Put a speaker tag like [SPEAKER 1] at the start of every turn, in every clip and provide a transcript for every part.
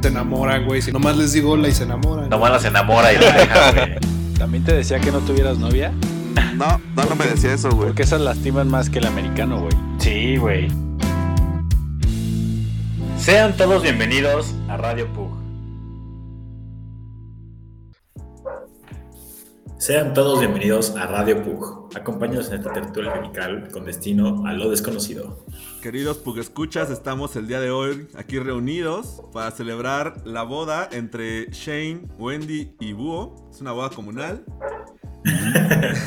[SPEAKER 1] Se enamoran, güey. Si nomás les digo hola y se enamoran.
[SPEAKER 2] Nomás las enamora y las deja, güey.
[SPEAKER 3] También te decía que no tuvieras novia,
[SPEAKER 4] No, no, no me decía eso, güey.
[SPEAKER 3] porque esas lastiman más que el americano, güey.
[SPEAKER 2] Sí, güey. Sean todos bienvenidos a Radio Pug.
[SPEAKER 5] Sean todos bienvenidos a Radio Pug. Acompáñanos en esta tertulia musical con destino a lo desconocido.
[SPEAKER 6] Queridos Puguescuchas, estamos el día de hoy aquí reunidos para celebrar la boda entre Shane, Wendy y Búho. Es una boda comunal.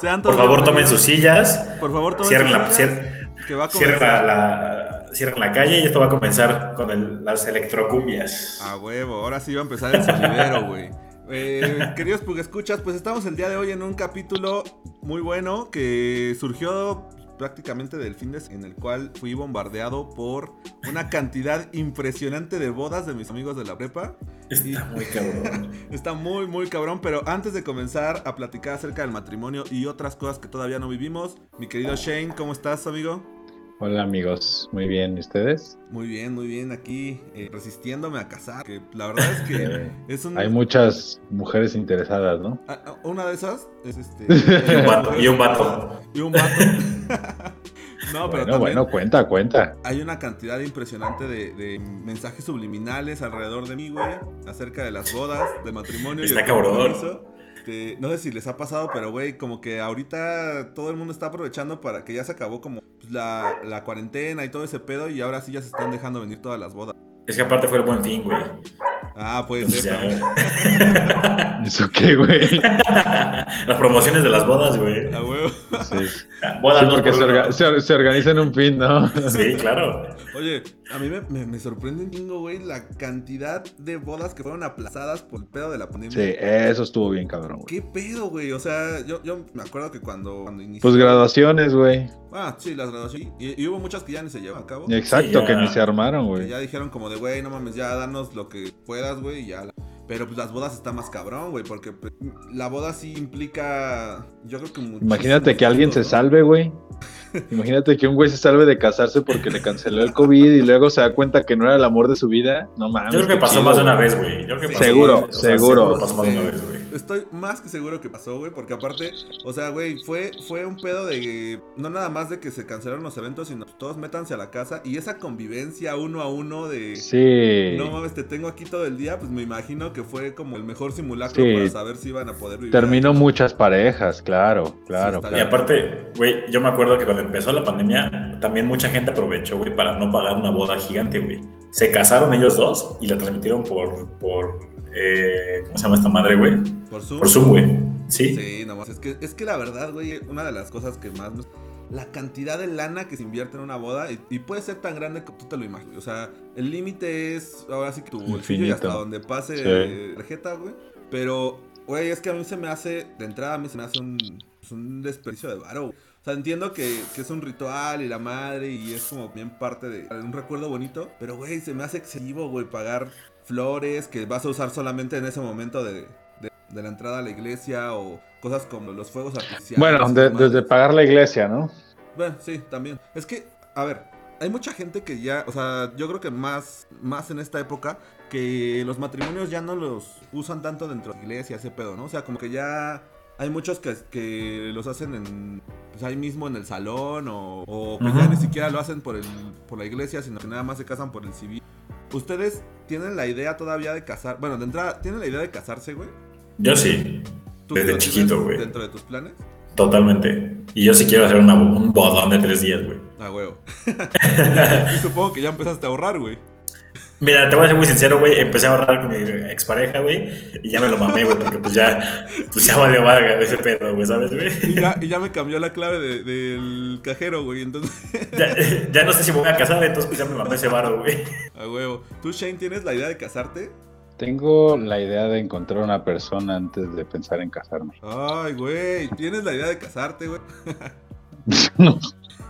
[SPEAKER 6] Sean
[SPEAKER 5] Por
[SPEAKER 6] todos
[SPEAKER 5] favor,
[SPEAKER 6] bienvenidos.
[SPEAKER 5] tomen sus sillas,
[SPEAKER 6] Por favor, tomen
[SPEAKER 5] cierren
[SPEAKER 6] sus
[SPEAKER 5] la,
[SPEAKER 6] sillas,
[SPEAKER 5] cier-
[SPEAKER 6] que va a
[SPEAKER 5] cierren
[SPEAKER 6] comenzar.
[SPEAKER 5] la, la- cierren la calle y esto va a comenzar con el- las electrocumbias.
[SPEAKER 6] A huevo, ahora sí va a empezar el sonidero, güey. Eh, queridos escuchas, pues estamos el día de hoy en un capítulo muy bueno que surgió prácticamente del fin de en el cual fui bombardeado por una cantidad impresionante de bodas de mis amigos de la prepa.
[SPEAKER 5] Está muy cabrón.
[SPEAKER 6] Está muy, muy cabrón, pero antes de comenzar a platicar acerca del matrimonio y otras cosas que todavía no vivimos, mi querido Shane, ¿cómo estás, amigo?
[SPEAKER 7] Hola amigos, muy bien, ¿y ustedes?
[SPEAKER 6] Muy bien, muy bien, aquí eh, resistiéndome a casar, que la verdad es que
[SPEAKER 7] Eh,
[SPEAKER 6] es un-
[SPEAKER 7] Hay muchas mujeres interesadas, ¿no?
[SPEAKER 6] Ah, ah, Una de esas es este.
[SPEAKER 5] Y un vato, y un vato.
[SPEAKER 6] Y un vato. no, pero
[SPEAKER 7] bueno,
[SPEAKER 6] también
[SPEAKER 7] bueno, cuenta, cuenta.
[SPEAKER 6] hay una cantidad impresionante de, de mensajes subliminales alrededor de mí, güey, acerca de las bodas, de matrimonio. y
[SPEAKER 5] Está
[SPEAKER 6] el
[SPEAKER 5] cabrón.
[SPEAKER 6] compromiso. Este, no sé si les ha pasado, pero güey, como que ahorita todo el mundo está aprovechando para que ya se acabó como pues, la, la cuarentena y todo ese pedo y ahora sí ya se están dejando venir todas las bodas.
[SPEAKER 5] Es que aparte fue el buen fin, güey.
[SPEAKER 6] Ah, puede
[SPEAKER 5] Entonces
[SPEAKER 6] ser.
[SPEAKER 5] Pues ya.
[SPEAKER 6] también.
[SPEAKER 7] ¿Eso qué, güey? Sí,
[SPEAKER 5] Las promociones de las bodas, güey.
[SPEAKER 6] Ah, güey.
[SPEAKER 7] sí,
[SPEAKER 5] Bodas dos
[SPEAKER 7] porque
[SPEAKER 5] por
[SPEAKER 7] se,
[SPEAKER 5] uno.
[SPEAKER 7] orga- se or- se organizan un fin, ¿no?
[SPEAKER 5] Sí, claro.
[SPEAKER 6] Oye, a mí me, me- me sorprende un chingo, güey, la cantidad de bodas que fueron aplazadas por el pedo de la pandemia.
[SPEAKER 7] Sí, eso estuvo bien, cabrón, güey.
[SPEAKER 6] ¿Qué pedo, güey? O sea, yo, yo me acuerdo que cuando, cuando inició.
[SPEAKER 7] Pues graduaciones, güey.
[SPEAKER 6] Ah, sí, las graduaciones. Y, y hubo muchas que ya ni se llevaron a cabo.
[SPEAKER 7] Exacto,
[SPEAKER 5] Sí,
[SPEAKER 7] que
[SPEAKER 5] ya.
[SPEAKER 7] ni se armaron,
[SPEAKER 6] Que
[SPEAKER 7] güey.
[SPEAKER 6] ya dijeron como de, güey, no mames, ya danos lo que puedas, güey, y ya. la- Pero pues las bodas está más cabrón, güey, porque pues, la boda sí implica. Yo creo que.
[SPEAKER 7] Imagínate que alguien se
[SPEAKER 6] salga
[SPEAKER 7] salve, güey. Imagínate que un güey se salve de casarse porque le canceló el COVID y luego se da cuenta que no era el amor de su vida. No mames.
[SPEAKER 5] Yo creo que
[SPEAKER 7] qué
[SPEAKER 5] pasó
[SPEAKER 7] chido,
[SPEAKER 5] más de una
[SPEAKER 7] güey.
[SPEAKER 5] vez, güey. Yo creo que pasó-
[SPEAKER 7] Seguro,
[SPEAKER 5] o sea,
[SPEAKER 7] seguro.
[SPEAKER 5] pasó más de una vez, güey.
[SPEAKER 6] Estoy más que seguro que pasó, güey, porque aparte, o sea, güey, fue, fue un pedo de. No nada más de que se cancelaron los eventos, sino todos métanse a la casa y esa convivencia uno a uno de.
[SPEAKER 7] Sí.
[SPEAKER 6] No mames, te tengo aquí todo el día, pues me imagino que fue como el mejor simulacro
[SPEAKER 7] Sí.
[SPEAKER 6] para saber si iban a poder vivir.
[SPEAKER 7] Terminó muchas parejas, claro,
[SPEAKER 6] Sí,
[SPEAKER 7] claro,
[SPEAKER 6] está
[SPEAKER 5] Y
[SPEAKER 7] claro.
[SPEAKER 5] aparte, güey, yo me acuerdo que cuando empezó la pandemia, también mucha gente aprovechó, güey, para no pagar una boda gigante, güey. Se casaron ellos dos y la transmitieron por, por eh, ¿cómo se llama esta madre, güey?
[SPEAKER 6] Por Zoom.
[SPEAKER 5] Por Zoom, güey. ¿Sí?
[SPEAKER 6] Sí, nomás. Es que, es que la verdad, güey, una de las cosas que más nos- La cantidad de lana que se invierte en una boda y, y puede ser tan grande como tú te lo imaginas. O sea, el límite es ahora sí que tu bolsillo y
[SPEAKER 7] Infinito.
[SPEAKER 6] hasta donde pase
[SPEAKER 7] Sí.
[SPEAKER 6] eh, tarjeta, güey. Pero, güey, es que a mí se me hace, de entrada a mí se me hace un, pues, un desperdicio de varo. güey. O sea, entiendo que, que es un ritual y la madre y es como bien parte de un recuerdo bonito. Pero, güey, se me hace excesivo, güey, pagar flores que vas a usar solamente en ese momento de, de- de la entrada a la iglesia o cosas como los fuegos artificiales.
[SPEAKER 7] Bueno,
[SPEAKER 6] y
[SPEAKER 7] de-
[SPEAKER 6] demás.
[SPEAKER 7] desde pagar la iglesia, ¿no?
[SPEAKER 6] Bueno, sí, también. Es que, a ver, hay mucha gente que ya, o sea, yo creo que más, más en esta época, que los matrimonios ya no los usan tanto dentro de la iglesia, ese pedo, ¿no? O sea, como que ya hay muchos que, que los hacen en, pues ahí mismo en el salón o, o que ya
[SPEAKER 5] Ajá.
[SPEAKER 6] ni siquiera lo hacen por, el, por la iglesia, sino que nada más se casan por el civil. ¿Ustedes tienen la idea todavía de casar? Bueno, de entrada, ¿tienen la idea de casarse, güey?
[SPEAKER 5] Yo sí,
[SPEAKER 6] ¿Tú
[SPEAKER 5] Desde
[SPEAKER 6] lo tienes
[SPEAKER 5] chiquito, güey.
[SPEAKER 6] ¿Dentro de tus planes?
[SPEAKER 5] totalmente. Y yo sí quiero hacer una, un bodón de tres días, güey.
[SPEAKER 6] Ah, huevo. Y supongo que ya empezaste a ahorrar, güey.
[SPEAKER 5] Mira, te voy a ser muy sincero, güey. Empecé a ahorrar con mi expareja, güey. Y ya me lo mamé, güey, porque pues ya, pues ya valió valga ese pedo, güey, ¿sabes, güey?
[SPEAKER 6] Y ya, y ya me cambió la clave de- del cajero, güey. Entonces,
[SPEAKER 5] Ya, ya no sé si me voy a casar, entonces pues ya me mamé ese varo, güey.
[SPEAKER 6] a huevo. ¿Tú, Shane, tienes la idea de casarte?
[SPEAKER 7] Tengo la idea de encontrar una persona antes de pensar en casarme.
[SPEAKER 6] Ay, güey. ¿Tienes la idea de casarte, güey?
[SPEAKER 7] no,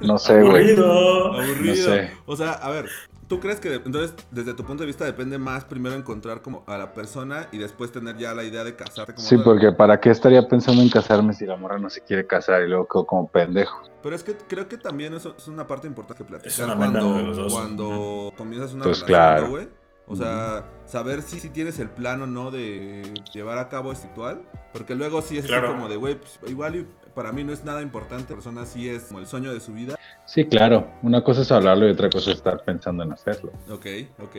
[SPEAKER 7] no sé, güey.
[SPEAKER 5] Aburrido.
[SPEAKER 6] Aburrido.
[SPEAKER 7] No sé.
[SPEAKER 6] O sea, a ver, ¿tú crees que de- entonces desde tu punto de vista depende más primero encontrar como a la persona y después tener ya la idea de casarte como
[SPEAKER 7] Sí,
[SPEAKER 6] tal?
[SPEAKER 7] porque ¿para qué estaría pensando en casarme si la morra no se quiere casar y luego quedo como pendejo?
[SPEAKER 6] Pero es que creo que también eso es una parte importante que platicar
[SPEAKER 5] Es una meta
[SPEAKER 6] cuando,
[SPEAKER 5] de los dos.
[SPEAKER 6] cuando comienzas una
[SPEAKER 7] Pues
[SPEAKER 6] relación,
[SPEAKER 7] claro.
[SPEAKER 6] ¿no, güey. O sea, saber si, si tienes el plan o no de llevar a cabo este ritual. Porque luego sí es así
[SPEAKER 5] Claro.
[SPEAKER 6] como de, güey, pues, igual y para mí no es nada importante. La persona sí es como el sueño de su vida.
[SPEAKER 7] Sí, claro. Una cosa es hablarlo y otra cosa es estar pensando en hacerlo.
[SPEAKER 6] Ok, ok.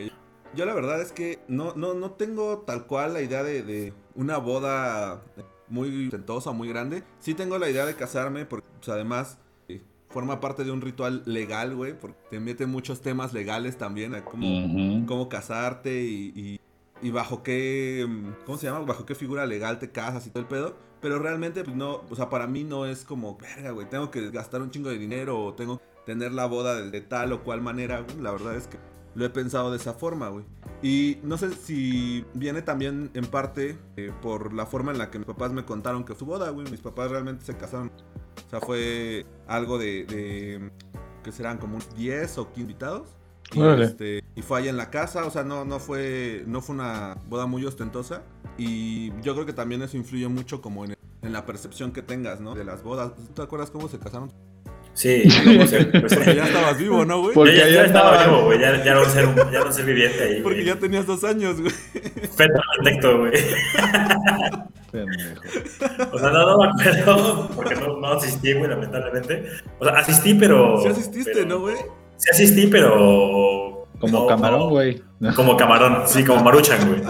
[SPEAKER 6] Yo la verdad es que no, no, no tengo tal cual la idea de, de una boda muy tentosa, muy grande. Sí tengo la idea de casarme porque pues, además eh, forma parte de un ritual legal, güey, porque te mete muchos temas legales también, a cómo,
[SPEAKER 7] Ujú.
[SPEAKER 6] cómo casarte y, y- y bajo qué, mm, ¿cómo se llama? Bajo qué figura legal te casas y todo el pedo. Pero realmente, pues no, o sea, para mí no es como, verga, güey, tengo que gastar un chingo de dinero o tengo que tener la boda de, de tal o cual manera, güey. La verdad es que lo he pensado de esa forma, güey. Y no sé si viene también en parte eh, por la forma en la que mis papás me contaron que su boda, güey. Mis papás realmente se casaron. O sea, fue algo de, de que serán como unos 10 o 15 invitados. Y,
[SPEAKER 7] Órale.
[SPEAKER 6] este, y fue allá en la casa, o sea, no, no, fue, no fue una boda muy ostentosa. Y yo creo que también eso influye mucho como en, en la percepción que tengas, ¿no? De las bodas. ¿Tú te acuerdas cómo se casaron?
[SPEAKER 5] Sí, ¿cómo se- pues,
[SPEAKER 6] Porque ya estabas vivo, ¿no, güey?
[SPEAKER 7] Porque
[SPEAKER 5] ya, ya
[SPEAKER 7] ya
[SPEAKER 5] estaba
[SPEAKER 7] estaba.
[SPEAKER 5] vivo, güey. Ya, ya no ser, un- ya no ser viviente ahí.
[SPEAKER 6] Porque ya tenías dos años, güey.
[SPEAKER 5] Feto arquitecto, güey.
[SPEAKER 7] Pendejo.
[SPEAKER 5] O sea, no, no me acuerdo. Porque no, no asistí, güey, lamentablemente. O sea, asistí, pero.
[SPEAKER 6] Sí asististe,
[SPEAKER 5] Oh, pero-
[SPEAKER 6] ¿no, güey?
[SPEAKER 5] Sí asistí, pero.
[SPEAKER 7] Como
[SPEAKER 5] no, no.
[SPEAKER 7] camarón, güey.
[SPEAKER 5] Como camarón, sí, como maruchan, güey.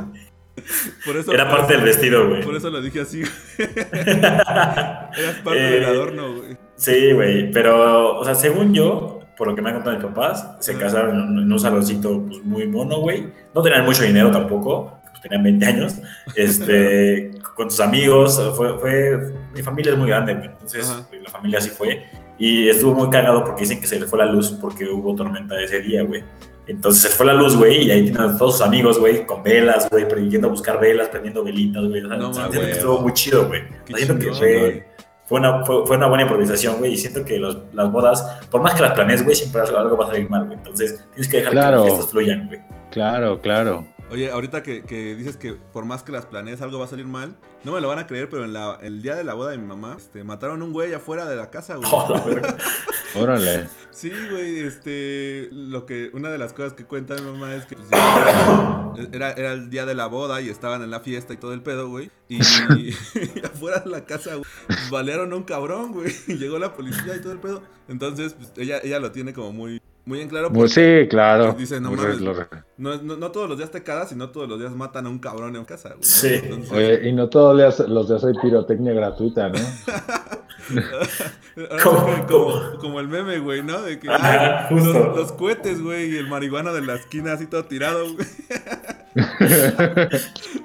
[SPEAKER 6] Por eso,
[SPEAKER 5] Era parte del vestido, güey.
[SPEAKER 6] Por eso lo dije así, güey. Eras parte
[SPEAKER 5] Eh,
[SPEAKER 6] del adorno, güey.
[SPEAKER 5] Sí, güey, pero, o sea, según yo, por lo que me han contado mis papás, se casaron en un, en un saloncito pues, muy mono, güey. No tenían mucho dinero tampoco, pues, tenían 20 años, este, con sus amigos, fue, fue, mi familia es muy grande, güey, entonces
[SPEAKER 6] Ajá.
[SPEAKER 5] la familia así fue. Y estuvo muy cagado porque dicen que se le fue la luz porque hubo tormenta ese día, güey. Entonces se fue la luz, güey, y ahí tienen a todos sus amigos, güey, con velas, güey, pre- yendo a buscar velas, prendiendo velitas, güey. O sea,
[SPEAKER 6] No,
[SPEAKER 5] siento
[SPEAKER 6] mames.
[SPEAKER 5] que estuvo muy chido, güey.
[SPEAKER 6] Qué
[SPEAKER 5] Siento que
[SPEAKER 6] chingón,
[SPEAKER 5] fue,
[SPEAKER 6] güey.
[SPEAKER 5] fue, una, fue, fue una buena improvisación, güey, y siento que los- las bodas, por más que las planees, güey, siempre algo- algo va a salir mal, güey. Entonces tienes que dejar
[SPEAKER 7] Claro.
[SPEAKER 5] que las fiestas fluyan, güey.
[SPEAKER 7] Claro, claro.
[SPEAKER 6] Oye, ahorita que, que dices que por más que las planees algo va a salir mal, no me lo van a creer, pero en la, el día de la boda de mi mamá, este, mataron un güey afuera de la casa, güey.
[SPEAKER 5] Joder, güey.
[SPEAKER 7] Órale.
[SPEAKER 6] Sí, güey, este, lo que, una de las cosas que cuenta mi mamá es que pues, ya era, era el día de la boda y estaban en la fiesta y todo el pedo, güey, y, y afuera de la casa, güey, balearon a un cabrón, güey, y llegó la policía y todo el pedo, entonces, pues, ella, ella lo tiene como muy, muy en claro,
[SPEAKER 7] Pues
[SPEAKER 6] porque
[SPEAKER 7] sí, claro.
[SPEAKER 6] Pues dice, no
[SPEAKER 7] Pues
[SPEAKER 6] mames.
[SPEAKER 7] lo re-
[SPEAKER 6] no, es- no- no todos los días te casas, sino todos los días matan a un cabrón en casa, güey.
[SPEAKER 5] Sí.
[SPEAKER 6] Entonces,
[SPEAKER 7] Oye, y no todos le hace- los de hace pirotecnia gratuita, ¿no?
[SPEAKER 6] Ahora
[SPEAKER 5] Como-
[SPEAKER 6] sí que como, como el meme, güey, ¿no? De que
[SPEAKER 5] Ajá,
[SPEAKER 6] ay, los,
[SPEAKER 5] Ah, justo.
[SPEAKER 6] los cohetes, güey, y el marihuana de la esquina así todo tirado, güey.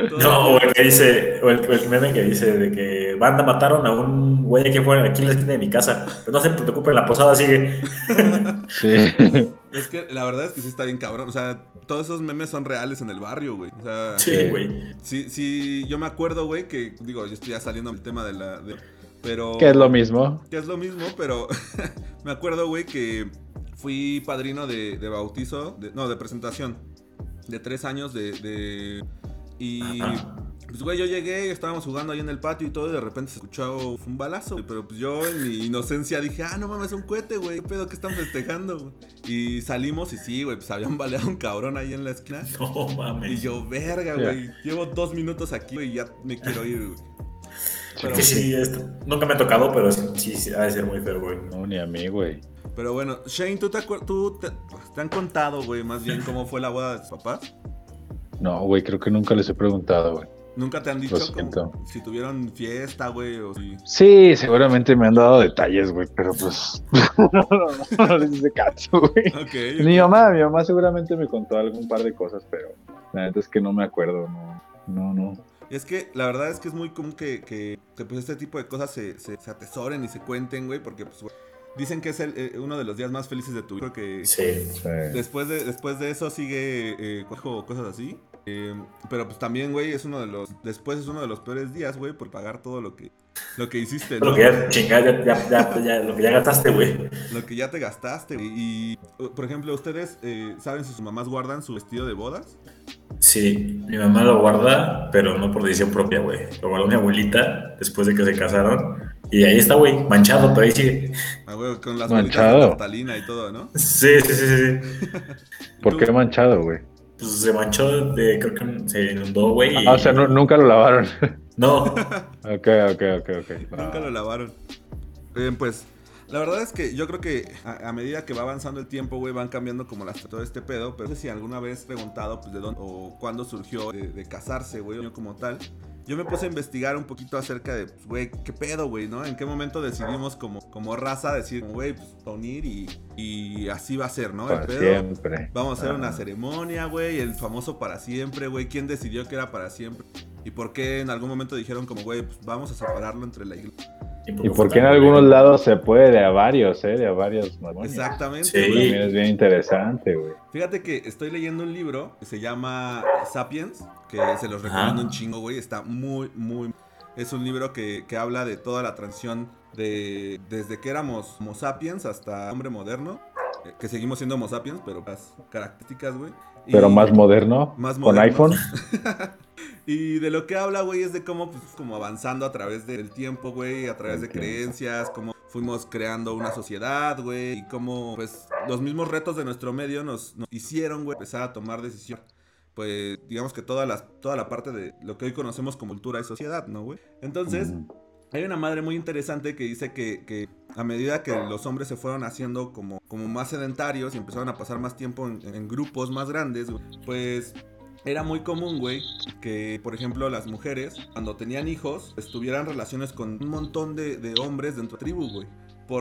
[SPEAKER 6] Todo-
[SPEAKER 5] No, o el que dice, o el, o el meme que dice de que banda mataron a un güey aquí fuera, aquí en la esquina de mi casa. Pero no se preocupen, la posada sigue.
[SPEAKER 7] Sí.
[SPEAKER 6] Es que la verdad es que sí está bien cabrón. O sea, todos esos memes son reales en el barrio, güey. O sea,
[SPEAKER 5] Sí, güey.
[SPEAKER 6] sí, sí, yo me acuerdo, güey, que digo, yo estoy ya saliendo del tema de la. de- pero.
[SPEAKER 7] Que es lo mismo.
[SPEAKER 6] que es lo mismo, pero me acuerdo, güey, que fui padrino de, de bautizo, de- no, de presentación, de tres años de... de- y,
[SPEAKER 5] Ajá.
[SPEAKER 6] pues, güey, yo llegué, estábamos jugando ahí en el patio y todo, y de repente se escuchó un balazo, pero pues yo en mi inocencia dije, ah, no mames, un cohete, güey, qué pedo que están festejando, güey?". Y salimos y sí, güey, pues habían baleado a un cabrón ahí en la esquina.
[SPEAKER 5] No
[SPEAKER 6] Y
[SPEAKER 5] mames.
[SPEAKER 6] yo, verga,
[SPEAKER 7] Ya.
[SPEAKER 6] güey, llevo dos minutos aquí, güey, y ya me quiero ir, güey.
[SPEAKER 5] Es que sí, esto, nunca me ha tocado, pero sí, sí, ha de ser muy feo, güey.
[SPEAKER 7] No, ni a mí, güey.
[SPEAKER 6] Pero bueno, Shane, ¿tú te, acuer- tú te, te han contado, güey, más bien cómo fue la boda de tus papás?
[SPEAKER 7] No, güey, creo que nunca les he preguntado, güey.
[SPEAKER 6] Nunca te han dicho como
[SPEAKER 7] siento.
[SPEAKER 6] si tuvieron fiesta, güey, o si...
[SPEAKER 7] Sí, seguramente me han dado detalles, güey, pero pues. no, no, no, no les hice caso, güey.
[SPEAKER 6] Ok.
[SPEAKER 7] Mi mamá, mi mamá seguramente me contó algún par de cosas, pero la neta es que no me acuerdo, no. No, no.
[SPEAKER 6] Es que la verdad es que es muy común que, que, que, pues, este tipo de cosas se, se- se atesoren y se cuenten, güey, porque pues, güey, dicen que es el, eh, uno de los días más felices de tu vida. Creo que
[SPEAKER 5] Sí.
[SPEAKER 7] Sí.
[SPEAKER 6] después, de, después de eso sigue eh, cuajo, cosas así. Eh, pero pues también, güey, es uno de los. Después es uno de los peores días, güey, por pagar todo lo que, lo que hiciste, ¿no?
[SPEAKER 5] Lo que ya chingada, ya, ya, ya, ya- lo que ya gastaste, güey.
[SPEAKER 6] Lo que ya te gastaste. güey. Y, uh, por ejemplo, ¿ustedes eh, saben si sus mamás guardan su vestido de bodas?
[SPEAKER 5] Sí, mi mamá lo guarda, pero no por decisión propia, güey. Lo guardó mi abuelita después de que se casaron. Y ahí está, güey, manchado, pero ahí sigue.
[SPEAKER 6] Ah, güey, con las
[SPEAKER 7] Manchado.
[SPEAKER 6] bolitas de tortalina y todo, ¿no?
[SPEAKER 5] Sí, sí, sí, sí.
[SPEAKER 7] ¿Por qué manchado, güey?
[SPEAKER 5] Pues se manchó, de, creo que se inundó, güey. y-
[SPEAKER 7] Ah, o sea, no- nunca lo lavaron.
[SPEAKER 5] No,
[SPEAKER 7] ok, ok, ok, ok.
[SPEAKER 6] Nunca lo lavaron. Ah. Bien, pues la verdad es que yo creo que a, a medida que va avanzando el tiempo, güey, van cambiando como las todo este pedo. Pero no sé si alguna vez preguntado pues, de dónde o cuándo surgió de, de casarse, güey, o como tal. Yo me puse a investigar un poquito acerca de, pues, güey, qué pedo, güey, ¿no? En qué momento decidimos como, como raza decir, güey, pues a unir y, y así va a ser, ¿no? El
[SPEAKER 7] Ah, Para
[SPEAKER 6] pedo.
[SPEAKER 7] siempre.
[SPEAKER 6] Vamos a hacer una
[SPEAKER 7] Ah.
[SPEAKER 6] ceremonia, güey, el famoso para siempre, güey. ¿Quién decidió que era para siempre? ¿Y por qué en algún momento dijeron como, güey, pues vamos a separarlo entre la iglesia?
[SPEAKER 7] ¿Y
[SPEAKER 5] fue
[SPEAKER 7] por qué en
[SPEAKER 5] tan
[SPEAKER 7] algunos
[SPEAKER 5] culero.
[SPEAKER 7] lados se puede de a varios, eh? De a varios matrimonios.
[SPEAKER 6] Exactamente.
[SPEAKER 5] Sí.
[SPEAKER 6] güey.
[SPEAKER 7] También es bien interesante, güey.
[SPEAKER 6] Fíjate que estoy leyendo un libro que se llama Sapiens, que se los recomiendo un chingo, güey. Está muy, muy... Es un libro que, que habla de toda la transición de desde que éramos Homo sapiens hasta hombre moderno, eh, que seguimos siendo Homo sapiens, pero las características, güey. Y-
[SPEAKER 7] Pero más moderno.
[SPEAKER 6] Más
[SPEAKER 7] Con
[SPEAKER 6] moderno.
[SPEAKER 7] iPhone.
[SPEAKER 6] Y de lo que habla, güey, es de cómo, pues, como avanzando a través del tiempo, güey, a través de creencias, cómo fuimos creando una sociedad, güey, y cómo, pues, los mismos retos de nuestro medio nos, nos hicieron, güey, empezar a tomar decisión. Pues, digamos que toda la, toda la parte de lo que hoy conocemos como cultura y sociedad, ¿no, güey? Entonces, hay una madre muy interesante que dice que, que a medida que los hombres se fueron haciendo como, como más sedentarios y empezaron a pasar más tiempo en, en grupos más grandes, güey, pues era muy común, güey, que por ejemplo las mujeres, cuando tenían hijos, estuvieran relaciones con un montón de, de hombres dentro de la tribu, güey.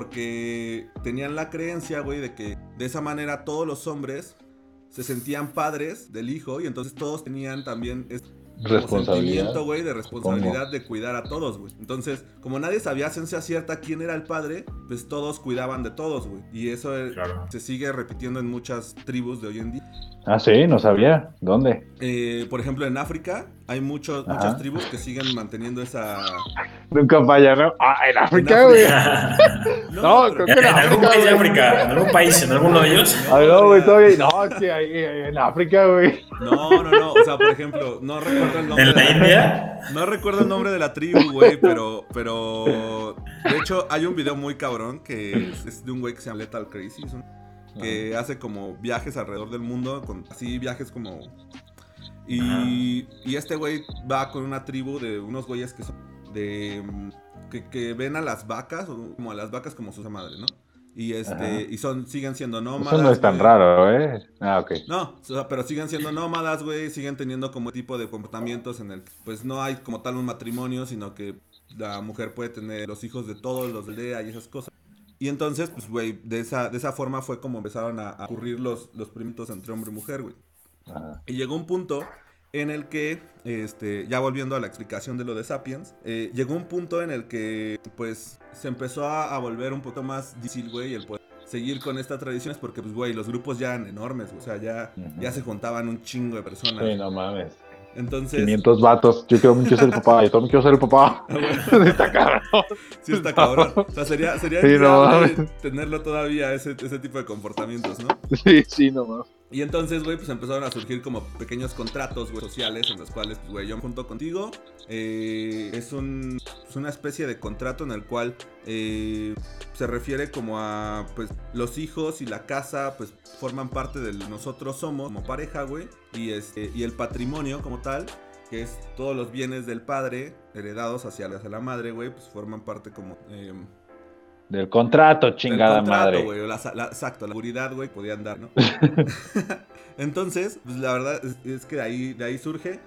[SPEAKER 6] Porque tenían la creencia, güey, de que de esa manera todos los hombres se sentían padres del hijo y entonces todos tenían también este como
[SPEAKER 7] Responsabilidad.
[SPEAKER 6] sentimiento, güey, de responsabilidad de cuidar a todos, güey. Entonces, como nadie sabía a ciencia cierta quién era el padre, pues todos cuidaban de todos, güey. Y eso eh,
[SPEAKER 5] Claro.
[SPEAKER 6] se sigue repitiendo en muchas tribus de hoy en día.
[SPEAKER 7] Ah, sí, no sabía. ¿Dónde?
[SPEAKER 6] Eh, por ejemplo, en África hay muchos,
[SPEAKER 7] Ajá.
[SPEAKER 6] muchas tribus que siguen manteniendo esa...
[SPEAKER 7] Nunca falla, ¿no? Ah, en África,
[SPEAKER 6] En
[SPEAKER 7] güey.
[SPEAKER 6] No,
[SPEAKER 7] creo
[SPEAKER 5] en,
[SPEAKER 7] que en
[SPEAKER 5] algún
[SPEAKER 7] África,
[SPEAKER 5] país de
[SPEAKER 7] güey.
[SPEAKER 5] África, en algún país, en alguno de ellos.
[SPEAKER 7] Ay, Ah, no, güey, todavía. No, que ahí ahí en África, güey.
[SPEAKER 6] No, no, no. O sea, por ejemplo, no recuerdo el nombre.
[SPEAKER 5] En la
[SPEAKER 6] de
[SPEAKER 5] India.
[SPEAKER 6] No recuerdo el nombre de la tribu, güey, pero, pero... De hecho, hay un video muy cabrón que es, es de un güey que se llama Lethal Crazy. es un- que hace como viajes alrededor del mundo, con, así viajes como...
[SPEAKER 5] Ajá.
[SPEAKER 6] Y, y este güey va con una tribu de unos güeyes que son de... mm, Que, que ven a las vacas, o como a las vacas como sus madre, ¿no? Y este
[SPEAKER 7] Ajá.
[SPEAKER 6] y son siguen siendo nómadas.
[SPEAKER 7] Eso no es tan
[SPEAKER 6] güey.
[SPEAKER 7] raro, ¿eh? Ah, ok.
[SPEAKER 6] No, o sea, pero siguen siendo nómadas, güey, siguen teniendo como tipo de comportamientos en el que pues no hay como tal un matrimonio, sino que la mujer puede tener los hijos de todos los de la aldea y esas cosas. Y entonces, pues, güey, de esa, de esa forma fue como empezaron a, a ocurrir los, los primitos entre hombre y mujer, güey.
[SPEAKER 7] Ajá.
[SPEAKER 6] Y llegó un punto en el que, este, ya volviendo a la explicación de lo de Sapiens, eh, llegó un punto en el que, pues, se empezó a, a volver un poco más difícil, güey, el poder seguir con estas tradiciones porque, pues, güey, los grupos ya eran enormes, güey, o sea, ya,
[SPEAKER 7] Ujú.
[SPEAKER 6] ya se juntaban un chingo de personas.
[SPEAKER 7] Sí, no mames.
[SPEAKER 6] Entonces,
[SPEAKER 7] 500 vatos. Yo quiero mucho ser el papá. Yo también quiero ser el papá. Está cabrón.
[SPEAKER 6] sí está cabrón. O sea, sería, sería
[SPEAKER 7] Sí, no
[SPEAKER 6] inviable tenerlo todavía, ese, ese tipo de comportamientos, ¿no?
[SPEAKER 7] Sí, sí, no mames.
[SPEAKER 6] Y entonces, güey, pues empezaron a surgir como pequeños contratos, güey, sociales en los cuales, pues, güey, yo me junto contigo. eh, es, un, es una especie de contrato en el cual eh, se refiere como a, pues, los hijos y la casa, pues, forman parte de nosotros somos como pareja, güey. Y, este, y el patrimonio como tal, que es todos los bienes del padre heredados hacia, hacia la madre, güey, pues, forman parte como... em,
[SPEAKER 7] Del contrato, chingada
[SPEAKER 6] el contrato,
[SPEAKER 7] madre.
[SPEAKER 6] güey, o la, sa- la- exacto, la seguridad, güey, podían dar, ¿no? Entonces, pues la verdad es, es que de ahí, de ahí surge.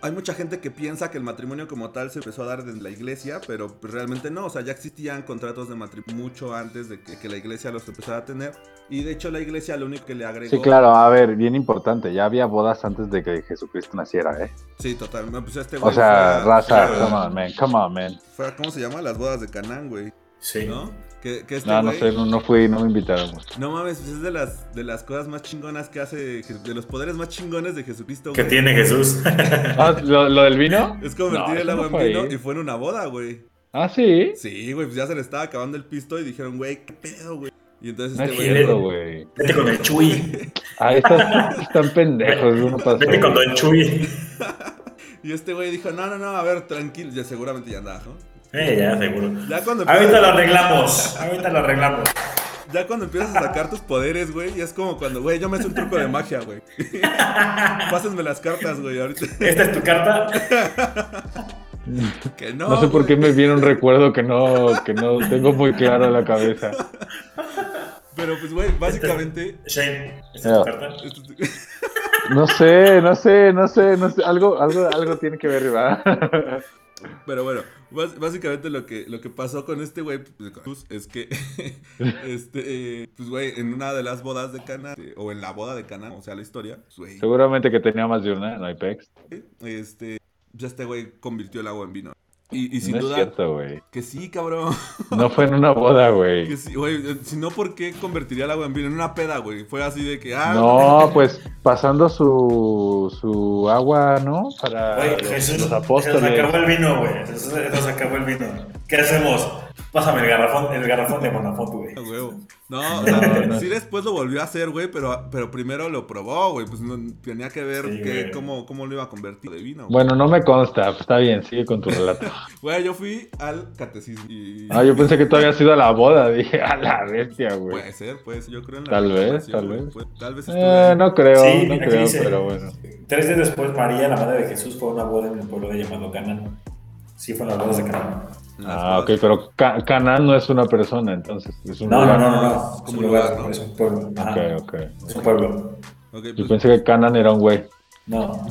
[SPEAKER 6] hay mucha gente que piensa que el matrimonio como tal se empezó a dar desde la iglesia, pero pues realmente no. O sea, ya existían contratos de matrimonio mucho antes de que, que la iglesia los empezara a tener. Y de hecho la iglesia lo único que le agregó...
[SPEAKER 7] Sí, claro, a ver, bien importante, ya había bodas antes de que Jesucristo naciera, ¿eh?
[SPEAKER 6] Sí, total. no, Pues este
[SPEAKER 7] O
[SPEAKER 6] güey
[SPEAKER 7] sea,
[SPEAKER 6] fue a-
[SPEAKER 7] raza,
[SPEAKER 5] claro.
[SPEAKER 7] come on, man, come on, man.
[SPEAKER 6] fue a- ¿Cómo se llama? Las bodas de Canán, güey.
[SPEAKER 5] Sí.
[SPEAKER 6] ¿No? Que, que este
[SPEAKER 7] No, no
[SPEAKER 6] güey-
[SPEAKER 7] sé, no, no fui, no me invitaron. güey.
[SPEAKER 6] No mames, pues es de las, de las cosas más chingonas que hace, Je- de los poderes más chingones de Jesucristo.
[SPEAKER 5] ¿Qué
[SPEAKER 6] güey.
[SPEAKER 5] tiene Jesús?
[SPEAKER 8] Ah, ¿lo, lo del vino?
[SPEAKER 6] Es convertir
[SPEAKER 7] No,
[SPEAKER 6] el
[SPEAKER 7] eso
[SPEAKER 6] agua
[SPEAKER 7] no
[SPEAKER 6] en
[SPEAKER 7] fue
[SPEAKER 6] vino
[SPEAKER 7] ahí.
[SPEAKER 6] y fue en una boda, güey.
[SPEAKER 8] Ah, sí.
[SPEAKER 6] Sí, güey, pues ya se le estaba acabando el pisto y dijeron, güey, qué pedo, güey. Y entonces
[SPEAKER 8] No
[SPEAKER 6] este
[SPEAKER 8] es
[SPEAKER 6] güey.
[SPEAKER 5] cierto,
[SPEAKER 8] cierto, güey.
[SPEAKER 5] Vete con el Chuy.
[SPEAKER 7] Ah, están, están pendejos, uno pasó.
[SPEAKER 5] Vete con
[SPEAKER 7] güey.
[SPEAKER 5] Don Chuy.
[SPEAKER 6] Y este güey dijo, no, no, no, a ver, tranquilo. Ya seguramente ya andaba, ¿no?
[SPEAKER 5] Eh, ya, seguro.
[SPEAKER 6] Ya cuando,
[SPEAKER 5] Ahorita lo
[SPEAKER 6] empiezas,
[SPEAKER 5] arreglamos. Ahorita lo arreglamos.
[SPEAKER 6] ya cuando empiezas a sacar tus poderes, güey, y es como cuando, güey, yo me hice un truco de magia, güey. Pásenme las cartas, güey, ahorita.
[SPEAKER 5] Esta es tu carta.
[SPEAKER 6] Que no.
[SPEAKER 8] No sé por
[SPEAKER 6] güey.
[SPEAKER 8] qué me viene un recuerdo que no, que no tengo muy claro en la cabeza.
[SPEAKER 6] Pero pues, güey, básicamente. este,
[SPEAKER 5] Shane, esta es tu
[SPEAKER 7] Ya.
[SPEAKER 5] carta.
[SPEAKER 6] esto-
[SPEAKER 7] No sé, no sé, no sé, no sé. Algo, algo, algo tiene que ver, ¿verdad?
[SPEAKER 6] Pero bueno, bas- básicamente lo que, lo que pasó con este güey pues, con Jesús, es que, este, eh, pues güey, en una de las bodas de Cana, este, o en la boda de Cana, o sea, la historia, pues, güey,
[SPEAKER 7] Seguramente que tenía más de una, no hay pex.
[SPEAKER 6] este, ya este güey convirtió el agua en vino. Y, y sin
[SPEAKER 7] No es
[SPEAKER 6] duda,
[SPEAKER 7] cierto, güey.
[SPEAKER 6] que sí, cabrón.
[SPEAKER 7] No fue en una boda, güey.
[SPEAKER 6] Que sí, güey, eh, si no, ¿por qué convertiría el agua en vino? En una peda, güey. Fue así de que, ah,
[SPEAKER 7] No, pues pasando su, su agua, ¿no? Para
[SPEAKER 5] Güey,
[SPEAKER 7] los,
[SPEAKER 5] Jesús,
[SPEAKER 7] los
[SPEAKER 5] se nos acabó
[SPEAKER 7] apóstoles.
[SPEAKER 5] el vino, güey. Jesús, se nos acabó el vino. ¿Qué hacemos? Pásame el garrafón, el garrafón de Bonafont, güey.
[SPEAKER 6] a Ah, huevo. No, o sea,
[SPEAKER 7] No, no.
[SPEAKER 6] sí después lo volvió a hacer, güey, pero, pero primero lo probó, güey. Pues no, tenía que ver
[SPEAKER 5] Sí,
[SPEAKER 6] que-
[SPEAKER 5] güey.
[SPEAKER 6] cómo, cómo lo iba a convertir de vino. güey.
[SPEAKER 7] Bueno, no me consta, está bien, sigue con tu relato.
[SPEAKER 6] Güey, yo fui al catecismo y...
[SPEAKER 7] Ah, yo pensé que tú habías ido a la boda, dije, a la bestia, güey.
[SPEAKER 6] Puede ser, pues, yo creo en la
[SPEAKER 7] Tal vez,
[SPEAKER 6] reencarnación,
[SPEAKER 7] tal
[SPEAKER 6] güey.
[SPEAKER 7] vez.
[SPEAKER 6] Pu- tal vez estuve
[SPEAKER 7] Eh,
[SPEAKER 6] ahí.
[SPEAKER 7] no creo,
[SPEAKER 5] Sí,
[SPEAKER 7] no
[SPEAKER 5] mira, aquí
[SPEAKER 7] creo,
[SPEAKER 5] dice.
[SPEAKER 7] pero bueno.
[SPEAKER 5] Tres días después, María, la madre de Jesús, fue a una boda en el pueblo de llamado Canaán. Sí, fue en las bodas de Canaán.
[SPEAKER 6] En las
[SPEAKER 7] Ah, ok,
[SPEAKER 6] bodas.
[SPEAKER 7] pero Ca- Canaán no es una persona, entonces es un
[SPEAKER 5] No, no,
[SPEAKER 7] lugar.
[SPEAKER 5] no, no, no.
[SPEAKER 6] Como
[SPEAKER 5] Es un
[SPEAKER 6] lugar,
[SPEAKER 5] lugar,
[SPEAKER 6] ¿no?
[SPEAKER 5] es un pueblo. Ajá.
[SPEAKER 7] Ok, ok.
[SPEAKER 5] Es un pueblo.
[SPEAKER 6] Ok,
[SPEAKER 7] Yo
[SPEAKER 6] pues,
[SPEAKER 7] pensé que Canaán era un güey.
[SPEAKER 5] No,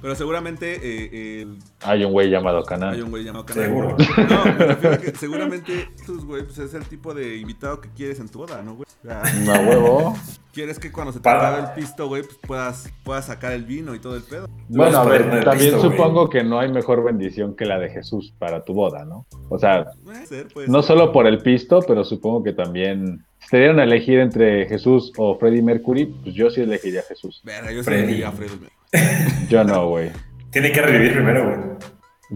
[SPEAKER 6] pero seguramente eh, el-
[SPEAKER 7] Hay un güey llamado
[SPEAKER 6] hay
[SPEAKER 7] Canaán.
[SPEAKER 6] un güey llamado Canal.
[SPEAKER 5] seguro.
[SPEAKER 6] No, me refiero a que seguramente tus güey, pues es el tipo de invitado que quieres en tu boda, ¿no, güey? O sea,
[SPEAKER 7] Una huevo.
[SPEAKER 6] quieres que cuando se te
[SPEAKER 5] Para-
[SPEAKER 6] acabe el pisto, güey, pues puedas, puedas sacar el vino y todo el pedo.
[SPEAKER 7] Bueno, a
[SPEAKER 5] Vas para
[SPEAKER 7] ver,
[SPEAKER 5] el
[SPEAKER 7] también
[SPEAKER 5] Cristo,
[SPEAKER 7] supongo que no hay mejor bendición que la de Jesús para tu boda, ¿no? O sea,
[SPEAKER 6] Puede ser, pues.
[SPEAKER 7] no solo por el pisto, pero supongo que también si te dieron a elegir entre Jesús o Freddie Mercury, pues yo sí elegiría a Jesús.
[SPEAKER 6] Verga, yo
[SPEAKER 5] Freddy.
[SPEAKER 6] soy a Freddy. güey.
[SPEAKER 7] Yo no, güey.
[SPEAKER 5] güey. Tiene que revivir primero, güey.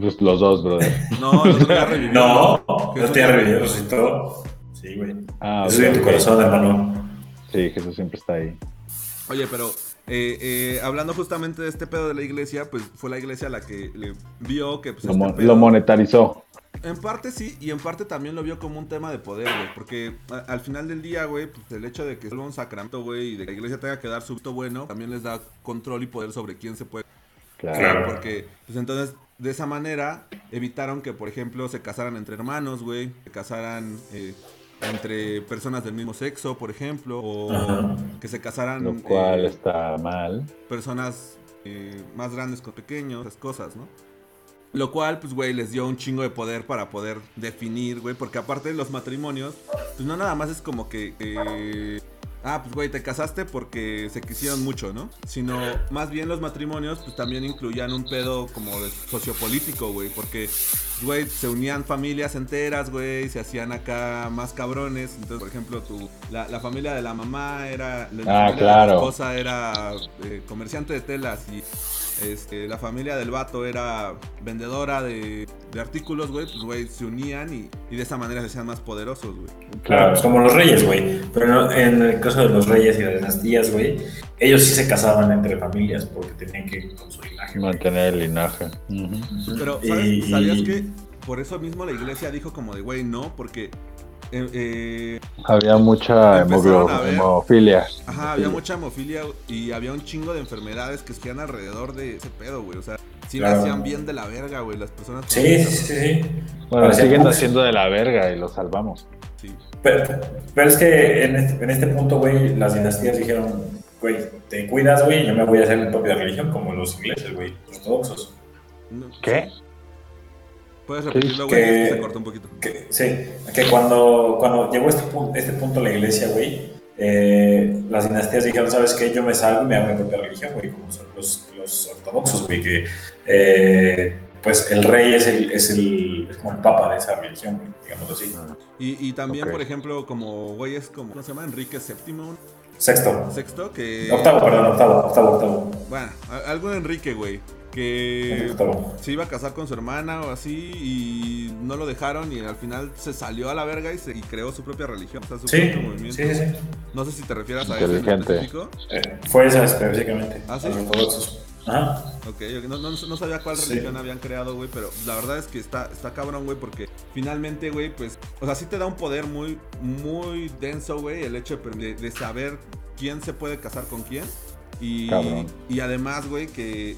[SPEAKER 7] Pues los dos, brother.
[SPEAKER 6] No, no te voy a revivir.
[SPEAKER 5] No, no te ha revivido, resucitó. Sí, güey.
[SPEAKER 7] Ah,
[SPEAKER 5] Eso es
[SPEAKER 7] ok,
[SPEAKER 5] en tu
[SPEAKER 7] ok.
[SPEAKER 5] corazón, hermano.
[SPEAKER 7] Sí, Jesús siempre está ahí.
[SPEAKER 6] Oye, pero eh, eh, hablando justamente de este pedo de la iglesia, pues fue la iglesia la que le vio que pues,
[SPEAKER 7] Lo,
[SPEAKER 6] este
[SPEAKER 7] mon-
[SPEAKER 6] pedo-
[SPEAKER 7] lo monetarizó.
[SPEAKER 6] En parte sí, y en parte también lo vio como un tema de poder, güey. Porque a- al final del día, güey, pues, el hecho de que solo un sacramento, güey, y de que la iglesia tenga que dar su voto bueno, también les da control y poder sobre quién se puede.
[SPEAKER 7] Claro.
[SPEAKER 5] Claro.
[SPEAKER 6] Porque, pues entonces, de esa manera, evitaron que, por ejemplo, se casaran entre hermanos, güey, se casaran eh, entre personas del mismo sexo, por ejemplo, o
[SPEAKER 5] Ajá.
[SPEAKER 6] que se casaran.
[SPEAKER 7] Lo cual
[SPEAKER 6] eh,
[SPEAKER 7] está mal.
[SPEAKER 6] personas eh, más grandes con pequeños, esas cosas, ¿no? Lo cual, pues, güey, les dio un chingo de poder para poder definir, güey, porque aparte de los matrimonios, pues no nada más es como que... eh, ah, pues, güey, te casaste porque se quisieron mucho, ¿no? Sino más bien los matrimonios, pues también incluían un pedo como de sociopolítico, güey, porque, güey, se unían familias enteras, güey, se hacían acá más cabrones. Entonces, por ejemplo, tu, la, la familia de la mamá era... La
[SPEAKER 7] Ah,
[SPEAKER 6] familia de la
[SPEAKER 7] claro.
[SPEAKER 6] esposa era eh, comerciante de telas y este, la familia del vato era vendedora de, de artículos, güey, pues, güey, se unían y, y de esa manera se hacían más poderosos, güey.
[SPEAKER 5] Claro,
[SPEAKER 7] Claro.
[SPEAKER 5] pues como los reyes, güey. Pero no- en el caso de los reyes y de las tías, güey, ellos sí se casaban entre familias porque tenían que consolidar.
[SPEAKER 7] Mantener el linaje. Ujú.
[SPEAKER 6] Pero, ¿sabes- ¿sabías que por eso mismo la iglesia dijo como de, güey, no? Porque, eh, eh,
[SPEAKER 7] Había mucha
[SPEAKER 6] Empezaron
[SPEAKER 7] hemoglo-
[SPEAKER 6] a ver.
[SPEAKER 7] hemofilia.
[SPEAKER 6] ajá, había mucha hemofilia y había un chingo de enfermedades que estían alrededor de ese pedo, güey. O sea, sí la
[SPEAKER 5] Claro.
[SPEAKER 6] hacían bien de la verga, güey, las personas.
[SPEAKER 5] Sí, sí, sí, sí.
[SPEAKER 7] Bueno,
[SPEAKER 5] Parecía-
[SPEAKER 7] siguen haciendo de la verga y lo salvamos.
[SPEAKER 6] Sí.
[SPEAKER 5] Pero, pero es que en este, en este punto, güey, las dinastías dijeron, güey, te cuidas, güey, yo me voy a hacer mi propia religión como los ingleses, güey, los ortodoxos.
[SPEAKER 6] No.
[SPEAKER 5] ¿Qué?
[SPEAKER 6] ¿Puedes repetirlo,
[SPEAKER 5] ¿Qué?
[SPEAKER 6] güey? Es que
[SPEAKER 5] ¿Qué?
[SPEAKER 6] Se cortó un poquito.
[SPEAKER 5] Que- sí, que cuando, cuando llegó este punto, este punto la iglesia, güey, eh, las dinastías dijeron, ¿sabes qué? Yo me salgo y me hago mi propia religión, güey, como son los, los ortodoxos, güey, que eh, pues el rey es el, es el, es como el papa de esa religión, güey, digámoslo así.
[SPEAKER 6] Y, y también,
[SPEAKER 9] Ok.
[SPEAKER 6] por ejemplo, como güeyes como. ¿Cómo se llama? Enrique VII,
[SPEAKER 5] Sexto.
[SPEAKER 6] sexto, que.
[SPEAKER 5] Octavo, perdón, octavo, octavo, octavo.
[SPEAKER 6] Bueno, a- algo de Enrique, güey. Que
[SPEAKER 5] octavo.
[SPEAKER 6] se iba a casar con su hermana o así y no lo dejaron y al final se salió a la verga y, se- y creó su propia religión, o sea, su
[SPEAKER 5] Sí,
[SPEAKER 6] propio movimiento.
[SPEAKER 5] sí, sí, sí.
[SPEAKER 6] No sé si te refieras a eso en
[SPEAKER 9] Inteligente.
[SPEAKER 6] específico.
[SPEAKER 5] Eh, fue esa específicamente.
[SPEAKER 6] ¿Ah, sí?
[SPEAKER 5] Los ortodoxos. Ajá.
[SPEAKER 6] Ok, ok, no, no, no sabía cuál
[SPEAKER 5] Sí.
[SPEAKER 6] religión habían creado, güey, pero la verdad es que está, está cabrón, güey, porque finalmente, güey, pues, o sea, sí te da un poder muy, muy denso, güey, el hecho de, per- de- de saber quién se puede casar con quién. Y,
[SPEAKER 9] Cabrón.
[SPEAKER 6] y además, güey, que,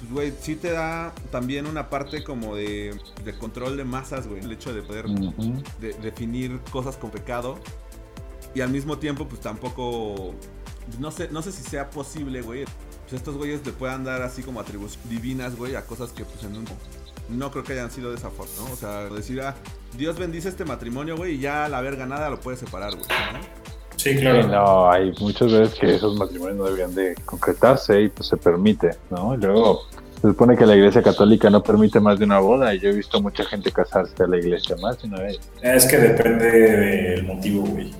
[SPEAKER 6] pues, güey, sí te da también una parte como de, de control de masas, güey, el hecho de poder
[SPEAKER 9] Ujú.
[SPEAKER 6] de- definir cosas con pecado. Y al mismo tiempo, pues tampoco. No sé, no sé si sea posible, güey. Pues estos güeyes le puedan dar así como atribuciones divinas, güey, a cosas que pues en un. No creo que hayan sido de esa forma, ¿no? O sea, decir, ah, Dios bendice este matrimonio, güey, y ya a la verga nada lo puede separar, güey. ¿no?
[SPEAKER 5] Sí,
[SPEAKER 9] Sí,
[SPEAKER 5] claro.
[SPEAKER 9] no, hay muchas veces que esos matrimonios no deberían de concretarse y pues se permite, ¿no? Y Luego se supone que la iglesia católica no permite más de una boda y yo he visto mucha gente casarse a la iglesia más de una vez.
[SPEAKER 5] Es que depende del motivo, güey.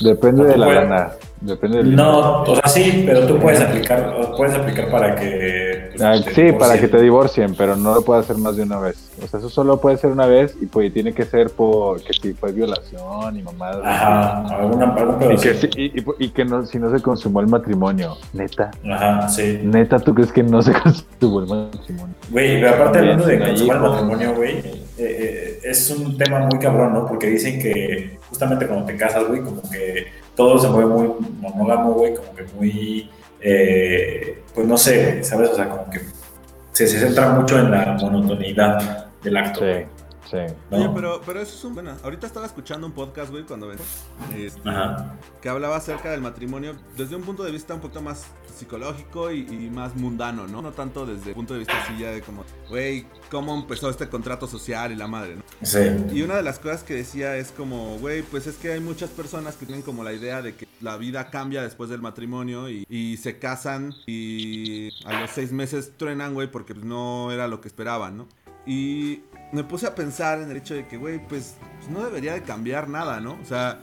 [SPEAKER 9] Depende de la
[SPEAKER 5] Bueno.
[SPEAKER 9] lana, depende del
[SPEAKER 5] No, o sea, sí, pero tú puedes aplicar, puedes aplicar para que... pues,
[SPEAKER 9] Ah,
[SPEAKER 5] te
[SPEAKER 9] sí, para que te
[SPEAKER 5] divorcien.
[SPEAKER 9] divorcien, pero no lo puede hacer más de una vez. O sea, eso solo puede ser una vez y pues tiene que ser porque sí fue violación y mamadas.
[SPEAKER 5] Ajá, alguna, algún pedo
[SPEAKER 9] Y que,
[SPEAKER 5] así.
[SPEAKER 9] sí- y, y- y que no, si no se consumó el matrimonio, neta,
[SPEAKER 5] Ajá, sí.
[SPEAKER 9] neta, ¿tú crees que no se consumó el matrimonio?
[SPEAKER 5] Güey, pero aparte
[SPEAKER 9] También,
[SPEAKER 5] hablando de
[SPEAKER 9] sin
[SPEAKER 5] consumar el
[SPEAKER 9] hijos.
[SPEAKER 5] matrimonio, güey, eh, eh, es un tema muy cabrón, ¿no? Porque dicen que justamente cuando te casas, güey, como que todo se mueve muy monógamo, güey, como que muy... eh, pues no sé, güey, ¿sabes? O sea, como que se, se centra mucho en la monotonidad del acto.
[SPEAKER 9] Sí,
[SPEAKER 5] güey,
[SPEAKER 9] sí.
[SPEAKER 5] ¿no?
[SPEAKER 6] Oye, pero, pero eso es un. Bueno, ahorita estaba escuchando un podcast, güey, cuando ven. Este,
[SPEAKER 5] Ajá.
[SPEAKER 6] que hablaba acerca del matrimonio desde un punto de vista un poquito más psicológico y, y más mundano, ¿no? No tanto desde el punto de vista así ya de como, güey, ¿cómo empezó este contrato social y la madre, ¿no?
[SPEAKER 5] Sí.
[SPEAKER 6] Y una de las cosas que decía es como, güey, pues es que hay muchas personas que tienen como la idea de que la vida cambia después del matrimonio y, y se casan y a los seis meses truenan, güey, porque pues, no era lo que esperaban, ¿no? Y me puse a pensar en el hecho de que, güey, pues no debería de cambiar nada, ¿no? O sea,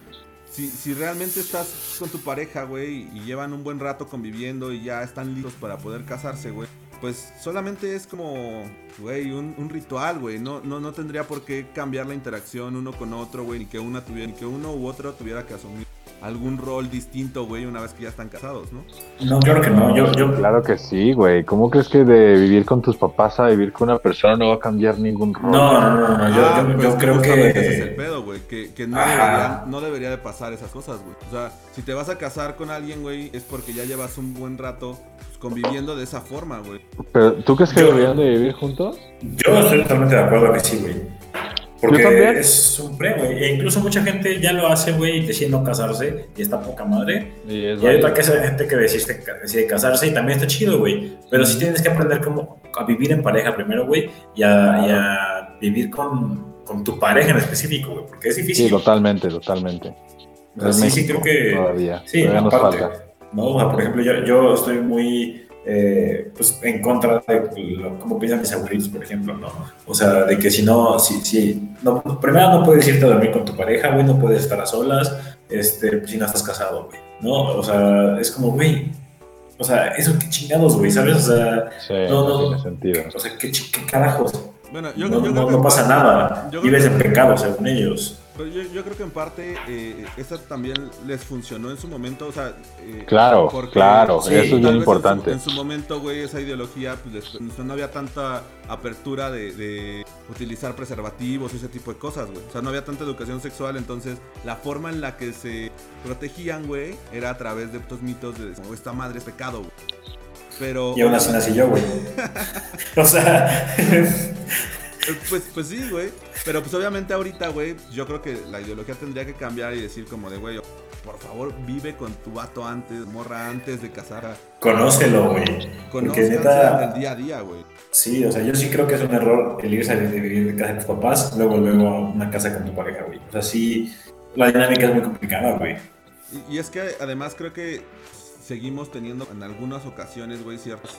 [SPEAKER 6] si, si realmente estás con tu pareja, güey, y llevan un buen rato conviviendo y ya están listos para poder casarse, güey, pues solamente es como, güey, un, un ritual, güey. No, no, no tendría por qué cambiar la interacción uno con otro, güey, ni que una tuviera, ni que uno u otro tuviera que asumir algún rol distinto, güey, una vez que ya están casados, ¿no?
[SPEAKER 5] No, claro que no. Yo, yo,
[SPEAKER 9] Claro que sí, güey. ¿Cómo crees que de vivir con tus papás a vivir con una persona no va a cambiar ningún rol?
[SPEAKER 5] No, no, no, no, Yo,
[SPEAKER 6] Ah,
[SPEAKER 5] yo-
[SPEAKER 6] pues
[SPEAKER 5] yo
[SPEAKER 6] es
[SPEAKER 5] creo que.
[SPEAKER 6] justamente Ese es el pedo, güey. Que, que no,
[SPEAKER 5] Ajá.
[SPEAKER 6] debería, no debería de pasar esas cosas, güey. O sea, si te vas a casar con alguien, güey, es porque ya llevas un buen rato pues, conviviendo de esa forma, güey.
[SPEAKER 9] Pero ¿tú crees que
[SPEAKER 5] Yo-
[SPEAKER 9] deberían de vivir juntos?
[SPEAKER 5] Yo estoy totalmente de acuerdo que sí, güey. Porque
[SPEAKER 9] Yo también.
[SPEAKER 5] es un pre, güey. E incluso mucha gente ya lo hace, güey, y decide no casarse y está poca madre.
[SPEAKER 9] Y es
[SPEAKER 5] Y hay otra
[SPEAKER 9] válido.
[SPEAKER 5] que es la gente que decide, decide casarse y también está chido, güey. Pero sí tienes que aprender cómo a vivir en pareja primero, güey, y a, y a vivir con, con tu pareja en específico, güey, porque es
[SPEAKER 9] Sí,
[SPEAKER 5] difícil.
[SPEAKER 9] totalmente, totalmente.
[SPEAKER 5] O sea,
[SPEAKER 9] Es
[SPEAKER 5] sí, sí,
[SPEAKER 9] México
[SPEAKER 5] creo que.
[SPEAKER 9] Todavía,
[SPEAKER 5] Sí,
[SPEAKER 9] todavía nos
[SPEAKER 5] aparte,
[SPEAKER 9] falta.
[SPEAKER 5] ¿no? O sea, por ejemplo, yo, yo estoy muy eh, pues, en contra de lo- cómo piensan mis abuelitos, por ejemplo, ¿no? O sea, de que si no, si, si, no, primero no puedes irte a dormir con tu pareja, güey, no puedes estar a solas, este, si no estás casado, güey, ¿no? O sea, es como, güey, o sea, eso qué chingados, güey, ¿sabes? O sea,
[SPEAKER 9] Sí,
[SPEAKER 5] No,
[SPEAKER 9] no
[SPEAKER 5] no.
[SPEAKER 9] tiene sentido.
[SPEAKER 5] o sea qué, chi- qué carajos,
[SPEAKER 6] Bueno, yo,
[SPEAKER 5] no,
[SPEAKER 6] yo creo
[SPEAKER 5] no,
[SPEAKER 6] que
[SPEAKER 5] no pasa nada,
[SPEAKER 6] yo creo
[SPEAKER 5] vives
[SPEAKER 6] que-
[SPEAKER 5] en pecado según ellos.
[SPEAKER 6] Pero yo, yo creo que en parte eh, esa también les funcionó en su momento, o sea... eh,
[SPEAKER 9] Claro,
[SPEAKER 6] porque-
[SPEAKER 9] claro,
[SPEAKER 5] sí,
[SPEAKER 9] eso es
[SPEAKER 6] tal
[SPEAKER 9] bien
[SPEAKER 6] vez
[SPEAKER 9] importante.
[SPEAKER 6] En su, en su momento, güey, esa ideología, pues les- no había tanta apertura de, de utilizar preservativos y ese tipo de cosas, güey. O sea, no había tanta educación sexual, entonces la forma en la que se protegían, güey, era a través de estos mitos de como, esta madre es pecado, güey. Pero...
[SPEAKER 5] Y aún así nací yo, güey. o sea,
[SPEAKER 6] Eh, Pues, pues sí, güey. Pero pues obviamente ahorita, güey, yo creo que la ideología tendría que cambiar y decir como de, güey, por favor, vive con tu vato antes, morra antes de casar.
[SPEAKER 5] Conócelo, güey. Porque
[SPEAKER 6] Conózcanse
[SPEAKER 5] neta-
[SPEAKER 6] en el día a día, güey.
[SPEAKER 5] Sí, o sea, yo sí creo que es un error el irse a vivir de casa de tus papás, luego, luego a una casa con tu pareja, güey. O sea, sí, la dinámica es muy complicada, güey.
[SPEAKER 6] Y- Y es que además creo que seguimos teniendo en algunas ocasiones, güey, ciertos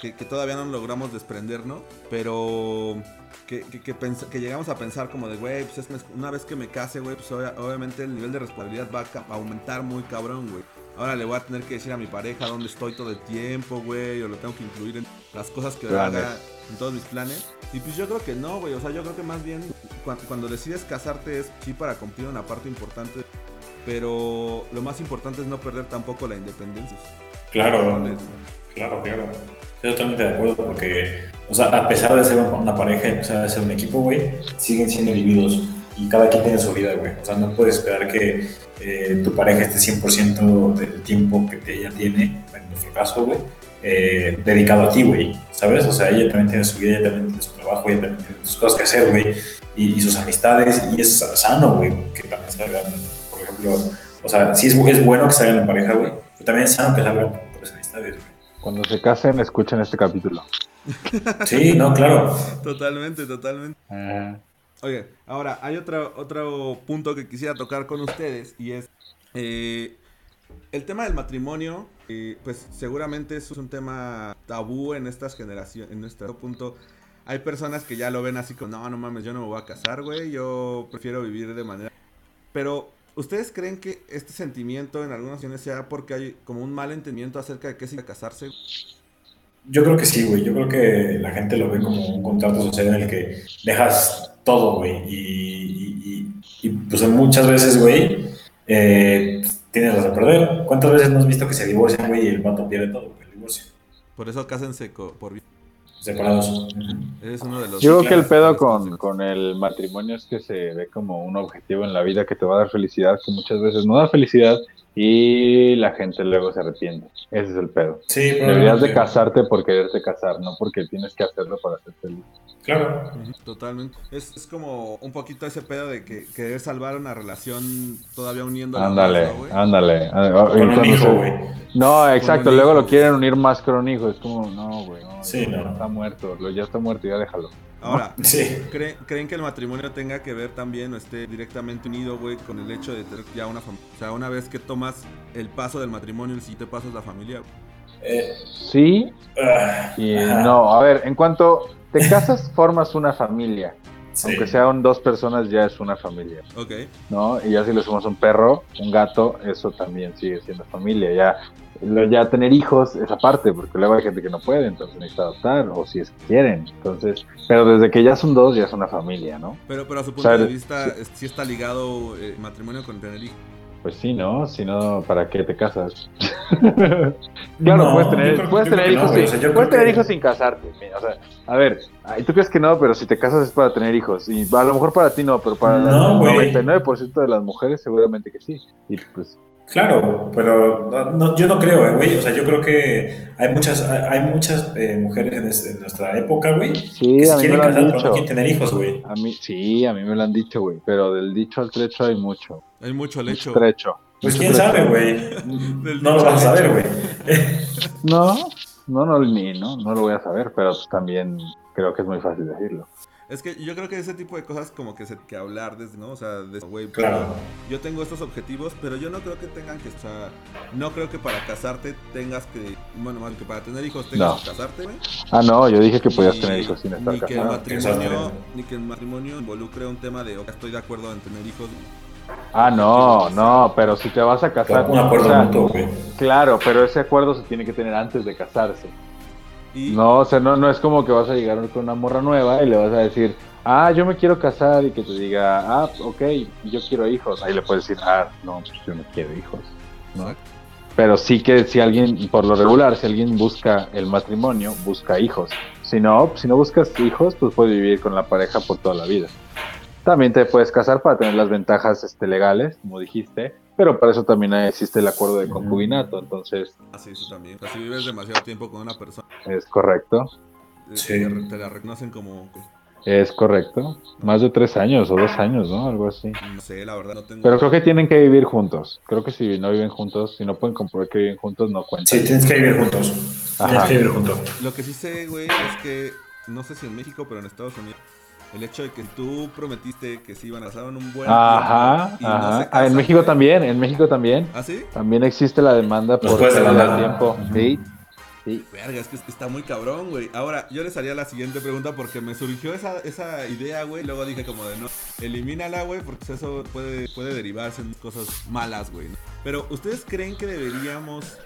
[SPEAKER 6] que, que todavía no logramos desprendernos, pero que, que, que pens- que llegamos a pensar como de, güey, pues es que me- una vez que me case, güey, pues obvia- obviamente el nivel de responsabilidad va a ca- a aumentar muy cabrón, güey. Ahora le voy a tener que decir a mi pareja dónde estoy todo el tiempo, güey, o lo tengo que incluir en las cosas que
[SPEAKER 7] Planes.
[SPEAKER 6] haga, en todos mis planes. Y pues yo creo que no, güey, o sea, yo creo que más bien cu- cuando, decides casarte es sí para cumplir una parte importante, pero lo más importante es no perder tampoco la independencia.
[SPEAKER 5] Claro, claro, claro. Estoy totalmente de acuerdo porque, o sea, a pesar de ser una pareja, y a pesar de ser un equipo, güey, siguen siendo individuos y cada quien tiene su vida, güey. O sea, no puedes esperar que eh, tu pareja esté 100% del tiempo que te- ella tiene, en nuestro caso, güey, eh, dedicado a ti, güey. ¿Sabes? O sea, ella también tiene su vida, ella también tiene su trabajo, ella también tiene sus cosas que hacer, güey, y, y sus amistades, y es sano, güey, que también salgan, por ejemplo, o sea, sí es, es bueno que salgan en pareja, güey, pero también es sano que salgan por esa amistades, güey.
[SPEAKER 7] Cuando se casen, escuchen este capítulo.
[SPEAKER 5] Sí, no, claro.
[SPEAKER 6] Totalmente, totalmente. Oye, ahora hay otra- otro punto que quisiera tocar con ustedes y es eh, el tema del matrimonio. eh, pues seguramente es un tema tabú en estas generaciones, en este punto. Hay personas que ya lo ven así como, no, no mames, yo no me voy a casar, güey, yo prefiero vivir de manera... Pero, ¿ustedes creen que este sentimiento en algunas ocasiones sea porque hay como un mal entendimiento acerca de qué significa casarse?
[SPEAKER 5] Yo creo que sí, güey. Yo creo que la gente lo ve como un contrato social en el que dejas todo, güey. Y, y- y- y, pues muchas veces, güey, eh, tienes las de perder. ¿Cuántas veces hemos visto que se divorcian, güey, y el vato pierde todo, güey, el divorcio?
[SPEAKER 6] Por eso cásense co- por...
[SPEAKER 5] Separados.
[SPEAKER 6] Es uno de los...
[SPEAKER 7] Yo creo que el
[SPEAKER 6] claro,
[SPEAKER 7] pedo
[SPEAKER 6] claro,
[SPEAKER 7] con, con el matrimonio es que se ve como un objetivo en la vida que te va a dar felicidad, que muchas veces no da felicidad y la gente luego se arrepiente. Ese es el pedo.
[SPEAKER 5] Sí, pero
[SPEAKER 7] Deberías de casarte por quererte casar, no porque tienes que hacerlo para ser feliz.
[SPEAKER 5] Claro.
[SPEAKER 6] Totalmente. Es, es como un poquito ese pedo de que querer salvar una relación todavía uniendo
[SPEAKER 7] Ándale,
[SPEAKER 6] güey.
[SPEAKER 7] ándale. Ah, y
[SPEAKER 5] Con un
[SPEAKER 7] cuando
[SPEAKER 5] hijo,
[SPEAKER 7] se-
[SPEAKER 5] güey.
[SPEAKER 7] No, exacto,
[SPEAKER 6] un
[SPEAKER 7] luego
[SPEAKER 6] hijo.
[SPEAKER 7] lo quieren unir más con un hijo. Es como, no, güey. no,
[SPEAKER 5] Sí,
[SPEAKER 7] ya
[SPEAKER 5] no.
[SPEAKER 7] Está muerto, lo- ya está muerto, ya déjalo.
[SPEAKER 6] Ahora,
[SPEAKER 5] Sí.
[SPEAKER 6] ¿creen, ¿creen que el matrimonio tenga que ver también o esté directamente unido, güey, con el hecho de tener ya una familia? O sea, una vez que tomas el paso del matrimonio, el siguiente paso es la familia. güey.
[SPEAKER 5] Eh,
[SPEAKER 7] Sí,
[SPEAKER 5] ah,
[SPEAKER 7] Y
[SPEAKER 5] Ajá.
[SPEAKER 7] no, a ver, en cuanto te casas, formas una familia.
[SPEAKER 5] sí.
[SPEAKER 7] Aunque sean dos personas, ya es una familia,
[SPEAKER 6] Ok.
[SPEAKER 7] ¿no? Y ya si le sumas un perro, un gato, eso también sigue siendo familia. Ya, lo- ya tener hijos, esa parte, porque luego hay gente que no puede, entonces necesita adoptar, o si es que quieren. Entonces, pero desde que ya son dos, ya es una familia, ¿no?
[SPEAKER 6] Pero, pero a su punto
[SPEAKER 7] sea,
[SPEAKER 6] de
[SPEAKER 7] el-
[SPEAKER 6] vista, es- sí está ligado eh, el matrimonio con tener hijos.
[SPEAKER 7] Pues sí, ¿no? Si no, ¿para qué te casas? claro, puedes tener,
[SPEAKER 5] yo creo-
[SPEAKER 7] puedes
[SPEAKER 5] yo
[SPEAKER 7] tener
[SPEAKER 5] creo que no,
[SPEAKER 7] hijos,
[SPEAKER 5] güey.
[SPEAKER 7] sin,
[SPEAKER 5] O sea, yo creo
[SPEAKER 7] puedes tener
[SPEAKER 5] que-
[SPEAKER 7] hijos sin casarte. mira, O sea, a ver, ay, tú crees que no, pero si te casas es para tener hijos. Y a lo mejor para ti no, pero para
[SPEAKER 5] No, güey.
[SPEAKER 7] el 99% de las mujeres seguramente que sí. Y pues,
[SPEAKER 5] Claro, pero no- no, yo no creo, eh, güey. O sea, yo creo que hay muchas, hay hay muchas eh, mujeres en, es- en nuestra época, güey, que
[SPEAKER 7] sí,
[SPEAKER 5] se
[SPEAKER 7] a mí me
[SPEAKER 5] quieren
[SPEAKER 7] lo
[SPEAKER 5] casar,
[SPEAKER 7] han
[SPEAKER 5] pero no
[SPEAKER 7] dicho.
[SPEAKER 5] quieren tener hijos, güey.
[SPEAKER 7] A mí, sí, a mí me lo han dicho, güey. Pero del dicho al trecho hay mucho.
[SPEAKER 6] Hay mucho
[SPEAKER 7] Mucho
[SPEAKER 6] lecho.
[SPEAKER 7] trecho.
[SPEAKER 5] Pues
[SPEAKER 7] Mucho
[SPEAKER 5] quién
[SPEAKER 7] trecho.
[SPEAKER 5] sabe, güey.
[SPEAKER 6] Del
[SPEAKER 5] No lo
[SPEAKER 6] dicho
[SPEAKER 5] vas a
[SPEAKER 6] al
[SPEAKER 5] saber, güey.
[SPEAKER 7] No, no, no, ni, no, no lo voy a saber, pero pues también creo que es muy fácil decirlo.
[SPEAKER 6] Es que yo creo que ese tipo de cosas como que se que hablar desde, ¿no? O sea, de, güey,
[SPEAKER 5] Claro.
[SPEAKER 6] yo tengo estos objetivos, pero yo no creo que tengan que, o sea, no creo que para casarte tengas que, bueno, más que para tener hijos tengas
[SPEAKER 7] No.
[SPEAKER 6] que casarte, güey.
[SPEAKER 7] Ah, no, yo dije que podías
[SPEAKER 6] Ni-
[SPEAKER 7] tener hijos sin estar
[SPEAKER 6] ni que, el
[SPEAKER 7] casado.
[SPEAKER 6] matrimonio,
[SPEAKER 5] Exacto.
[SPEAKER 6] ni que el matrimonio involucre un tema de, ok, estoy de acuerdo en tener hijos.
[SPEAKER 7] Ah, no, no, pero si te vas a casar.
[SPEAKER 5] Un
[SPEAKER 7] o
[SPEAKER 5] acuerdo
[SPEAKER 7] sea,
[SPEAKER 5] mutuo, güey.
[SPEAKER 7] claro, pero ese acuerdo se tiene que tener antes de casarse.
[SPEAKER 6] Y,
[SPEAKER 7] No, o sea, no, no es como que vas a llegar con una morra nueva y le vas a decir, ah, yo me quiero casar y que te diga, ah, ok, yo quiero hijos. Ahí le puedes decir, ah, no, pues yo no quiero hijos. ¿no? Pero sí que si alguien, por lo regular, si alguien busca el matrimonio, busca hijos. Si no, si no buscas hijos, pues puedes vivir con la pareja por toda la vida. También te puedes casar para tener las ventajas este, legales, como dijiste, pero para eso también existe el acuerdo de concubinato, entonces
[SPEAKER 6] así eso también. O sea, si vives demasiado tiempo con una persona,
[SPEAKER 7] es correcto.
[SPEAKER 6] eh,
[SPEAKER 5] Sí.
[SPEAKER 6] te, te la reconocen como,
[SPEAKER 7] Es correcto. Más de tres años o dos años, ¿no? Algo así.
[SPEAKER 6] No sé, la verdad, no tengo.
[SPEAKER 7] Pero creo que tienen que vivir juntos. Creo que si no viven juntos, si no pueden comprobar que viven juntos, no cuentan.
[SPEAKER 5] Sí, tienes que vivir juntos. Tienes
[SPEAKER 7] Ajá.
[SPEAKER 5] que vivir juntos.
[SPEAKER 6] Lo que sí sé, güey, es que no sé si en México, pero en Estados Unidos, el hecho de que tú prometiste que se iban a casar en un buen tiempo
[SPEAKER 7] Ajá,
[SPEAKER 6] y no se
[SPEAKER 7] ajá. Ah, en
[SPEAKER 6] casan,
[SPEAKER 7] México
[SPEAKER 6] güey.
[SPEAKER 7] también, en México también.
[SPEAKER 6] ¿Ah, sí?
[SPEAKER 7] También existe la demanda por
[SPEAKER 5] puedes
[SPEAKER 7] perder
[SPEAKER 5] demandar.
[SPEAKER 7] tiempo.
[SPEAKER 5] Ujú.
[SPEAKER 7] Sí.
[SPEAKER 6] Verga, es que está muy cabrón, güey. Ahora, yo les haría la siguiente pregunta porque me surgió esa, esa idea, güey. Luego dije como de no, elimínala, güey, porque eso puede, puede derivarse en cosas malas, güey. ¿no? Pero, ¿ustedes creen que deberíamos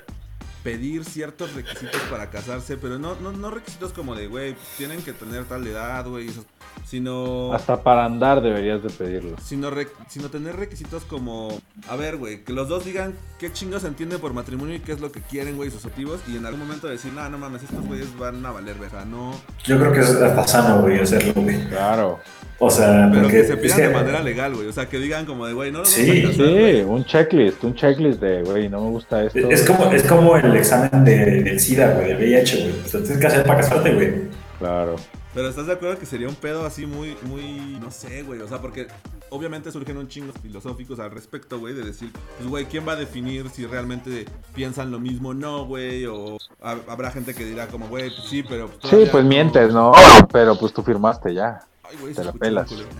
[SPEAKER 6] pedir ciertos requisitos para casarse? Pero no, no, no requisitos como de, güey, tienen que tener tal edad, güey, y esas- sino...
[SPEAKER 7] Hasta para andar deberías de pedirlo.
[SPEAKER 6] Sino, re- sino tener requisitos como, a ver, güey, que los dos digan qué chingos entienden por matrimonio y qué es lo que quieren, güey, sus objetivos. Y en algún momento decir, no, no mames, estos güeyes van a valer, verga, no.
[SPEAKER 5] Yo creo que es hasta sano, güey, hacerlo, güey.
[SPEAKER 7] Claro.
[SPEAKER 5] O sea,
[SPEAKER 6] Pero
[SPEAKER 5] porque
[SPEAKER 6] que se
[SPEAKER 5] es
[SPEAKER 6] pidan
[SPEAKER 5] que-
[SPEAKER 6] de manera legal, güey. O sea, que digan como de, güey, no, no,
[SPEAKER 5] Sí.
[SPEAKER 7] Sí, un checklist, un checklist de, güey, no me gusta esto.
[SPEAKER 5] Es como, es como el examen de, del SIDA, güey, del VIH, güey. O sea, tienes que hacer para casarte, güey.
[SPEAKER 7] Claro.
[SPEAKER 6] Pero estás de acuerdo que sería un pedo así muy, muy, no sé, güey. O sea, porque obviamente surgen un chingo filosóficos al respecto, güey, de decir, pues, güey, ¿quién va a definir si realmente piensan lo mismo o no, güey? O ha- habrá gente que dirá como, güey, pues, sí, pero...
[SPEAKER 7] Sí,
[SPEAKER 6] todavía
[SPEAKER 7] pues
[SPEAKER 6] no".
[SPEAKER 7] mientes, ¿no?
[SPEAKER 5] Oh.
[SPEAKER 7] Pero pues tú firmaste ya.
[SPEAKER 6] Ay, güey,
[SPEAKER 7] Te
[SPEAKER 6] se
[SPEAKER 7] la
[SPEAKER 6] escuchó
[SPEAKER 7] pelas.
[SPEAKER 6] bien culero.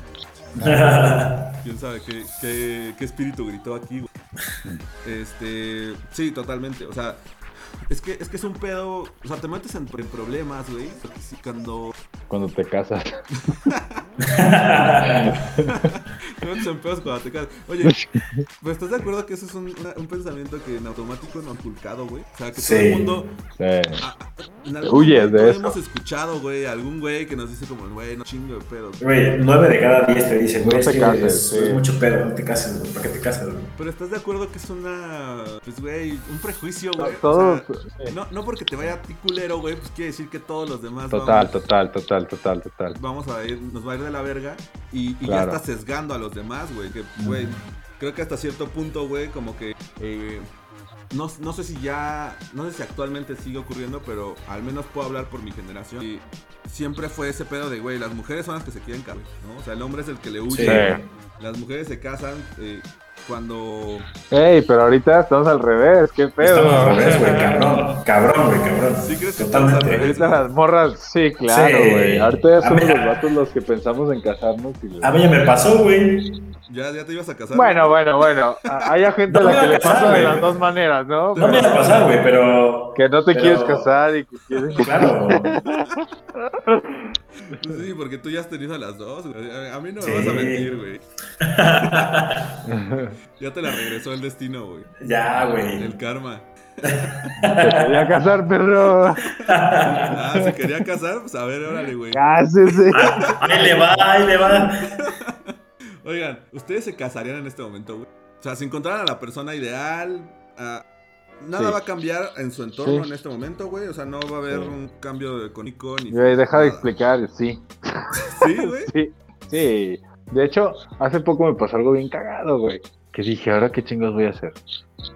[SPEAKER 6] ¿Quién sabe qué, qué, qué espíritu gritó aquí? güey? Este, sí, totalmente. O sea, es que es, que es un pedo. O sea, te metes en, en problemas, güey. porque si Cuando
[SPEAKER 7] Cuando te casas.
[SPEAKER 6] te metes en pedos cuando te casas. Oye, pues estás de acuerdo que eso es un, una- un pensamiento que en automático no inculcado, güey. O sea, que todo
[SPEAKER 5] Sí.
[SPEAKER 6] el mundo
[SPEAKER 7] Sí.
[SPEAKER 6] en
[SPEAKER 7] Te huyes de
[SPEAKER 6] momento
[SPEAKER 7] eso.
[SPEAKER 6] hemos escuchado, güey, algún güey que nos dice como, güey, no chingo de pedos.
[SPEAKER 5] Güey, nueve de cada diez te dicen, güey,
[SPEAKER 7] No
[SPEAKER 5] es
[SPEAKER 7] te
[SPEAKER 5] que
[SPEAKER 7] cases,
[SPEAKER 5] es,
[SPEAKER 7] sí.
[SPEAKER 5] es mucho pedo, no te cases, güey. ¿Por qué te casas, güey?
[SPEAKER 6] Pero estás de acuerdo que es una. Pues, güey, un prejuicio, güey. O
[SPEAKER 7] Todo.
[SPEAKER 6] sea, No, no porque te vaya a ti culero, güey, pues quiere decir que todos los demás
[SPEAKER 7] Total,
[SPEAKER 6] vamos,
[SPEAKER 7] total, total, total, total.
[SPEAKER 6] vamos a ir, nos va a ir de la verga y, y
[SPEAKER 7] Claro.
[SPEAKER 6] ya estás sesgando a los demás, güey. Que, güey, creo que hasta cierto punto, güey, como que... eh, no, no sé si ya, no sé si actualmente sigue ocurriendo, pero al menos puedo hablar por mi generación. Y siempre fue ese pedo de, güey, las mujeres son las que se quieren casar, ¿no? O sea, el hombre es el que le huye.
[SPEAKER 7] Sí.
[SPEAKER 6] Las mujeres se casan eh, cuando
[SPEAKER 7] Ey, pero ahorita estamos al revés, qué
[SPEAKER 5] Estamos al
[SPEAKER 7] pedo.
[SPEAKER 5] revés, güey, cabrón. Cabrón, güey, cabrón.
[SPEAKER 6] ¿Sí crees que estamos al
[SPEAKER 5] Totalmente.
[SPEAKER 6] revés?
[SPEAKER 7] Ahorita las morras, sí, claro,
[SPEAKER 5] Sí.
[SPEAKER 7] güey. Ahorita ya
[SPEAKER 5] A
[SPEAKER 7] somos
[SPEAKER 5] ver.
[SPEAKER 7] los vatos los que pensamos en casarnos. y-
[SPEAKER 5] A mí ya me pasó, güey.
[SPEAKER 6] ya, ya te ibas a casar.
[SPEAKER 7] Bueno, bueno, bueno. A- Hay a gente a
[SPEAKER 5] No me
[SPEAKER 7] la que
[SPEAKER 5] voy a
[SPEAKER 7] le
[SPEAKER 5] casar,
[SPEAKER 7] pasa de
[SPEAKER 5] güey.
[SPEAKER 7] las dos maneras, ¿no?
[SPEAKER 5] No me
[SPEAKER 7] Pero-
[SPEAKER 5] iba a pasar, güey, pero.
[SPEAKER 7] Que no te
[SPEAKER 5] pero-
[SPEAKER 7] quieres casar y que quieres...
[SPEAKER 5] Claro.
[SPEAKER 6] Pues Sí, porque tú ya has tenido a las dos, güey. A a mí no me
[SPEAKER 5] Sí.
[SPEAKER 6] vas a mentir, güey. Ya te la regresó el destino, güey.
[SPEAKER 7] Ah,
[SPEAKER 5] ya, güey.
[SPEAKER 6] El karma.
[SPEAKER 7] Te quería casar, perro.
[SPEAKER 6] Ah, si quería casar, pues a ver, órale, güey.
[SPEAKER 7] Ah, Cásese.
[SPEAKER 5] Ah, Ahí le va, ahí le va.
[SPEAKER 6] Oigan, ¿ustedes se casarían en este momento, güey? O sea, si encontraran a la persona ideal, ah, nada
[SPEAKER 7] Sí.
[SPEAKER 6] va a cambiar en su entorno
[SPEAKER 7] Sí.
[SPEAKER 6] en este momento, güey. O sea, no va a haber
[SPEAKER 7] Sí.
[SPEAKER 6] un cambio económico ni.
[SPEAKER 7] Güey, deja de
[SPEAKER 6] nada.
[SPEAKER 7] explicar, sí.
[SPEAKER 6] Sí, güey.
[SPEAKER 7] Sí, sí. De hecho, hace poco me pasó algo bien cagado, güey. Que dije, ¿ahora qué chingos voy a hacer?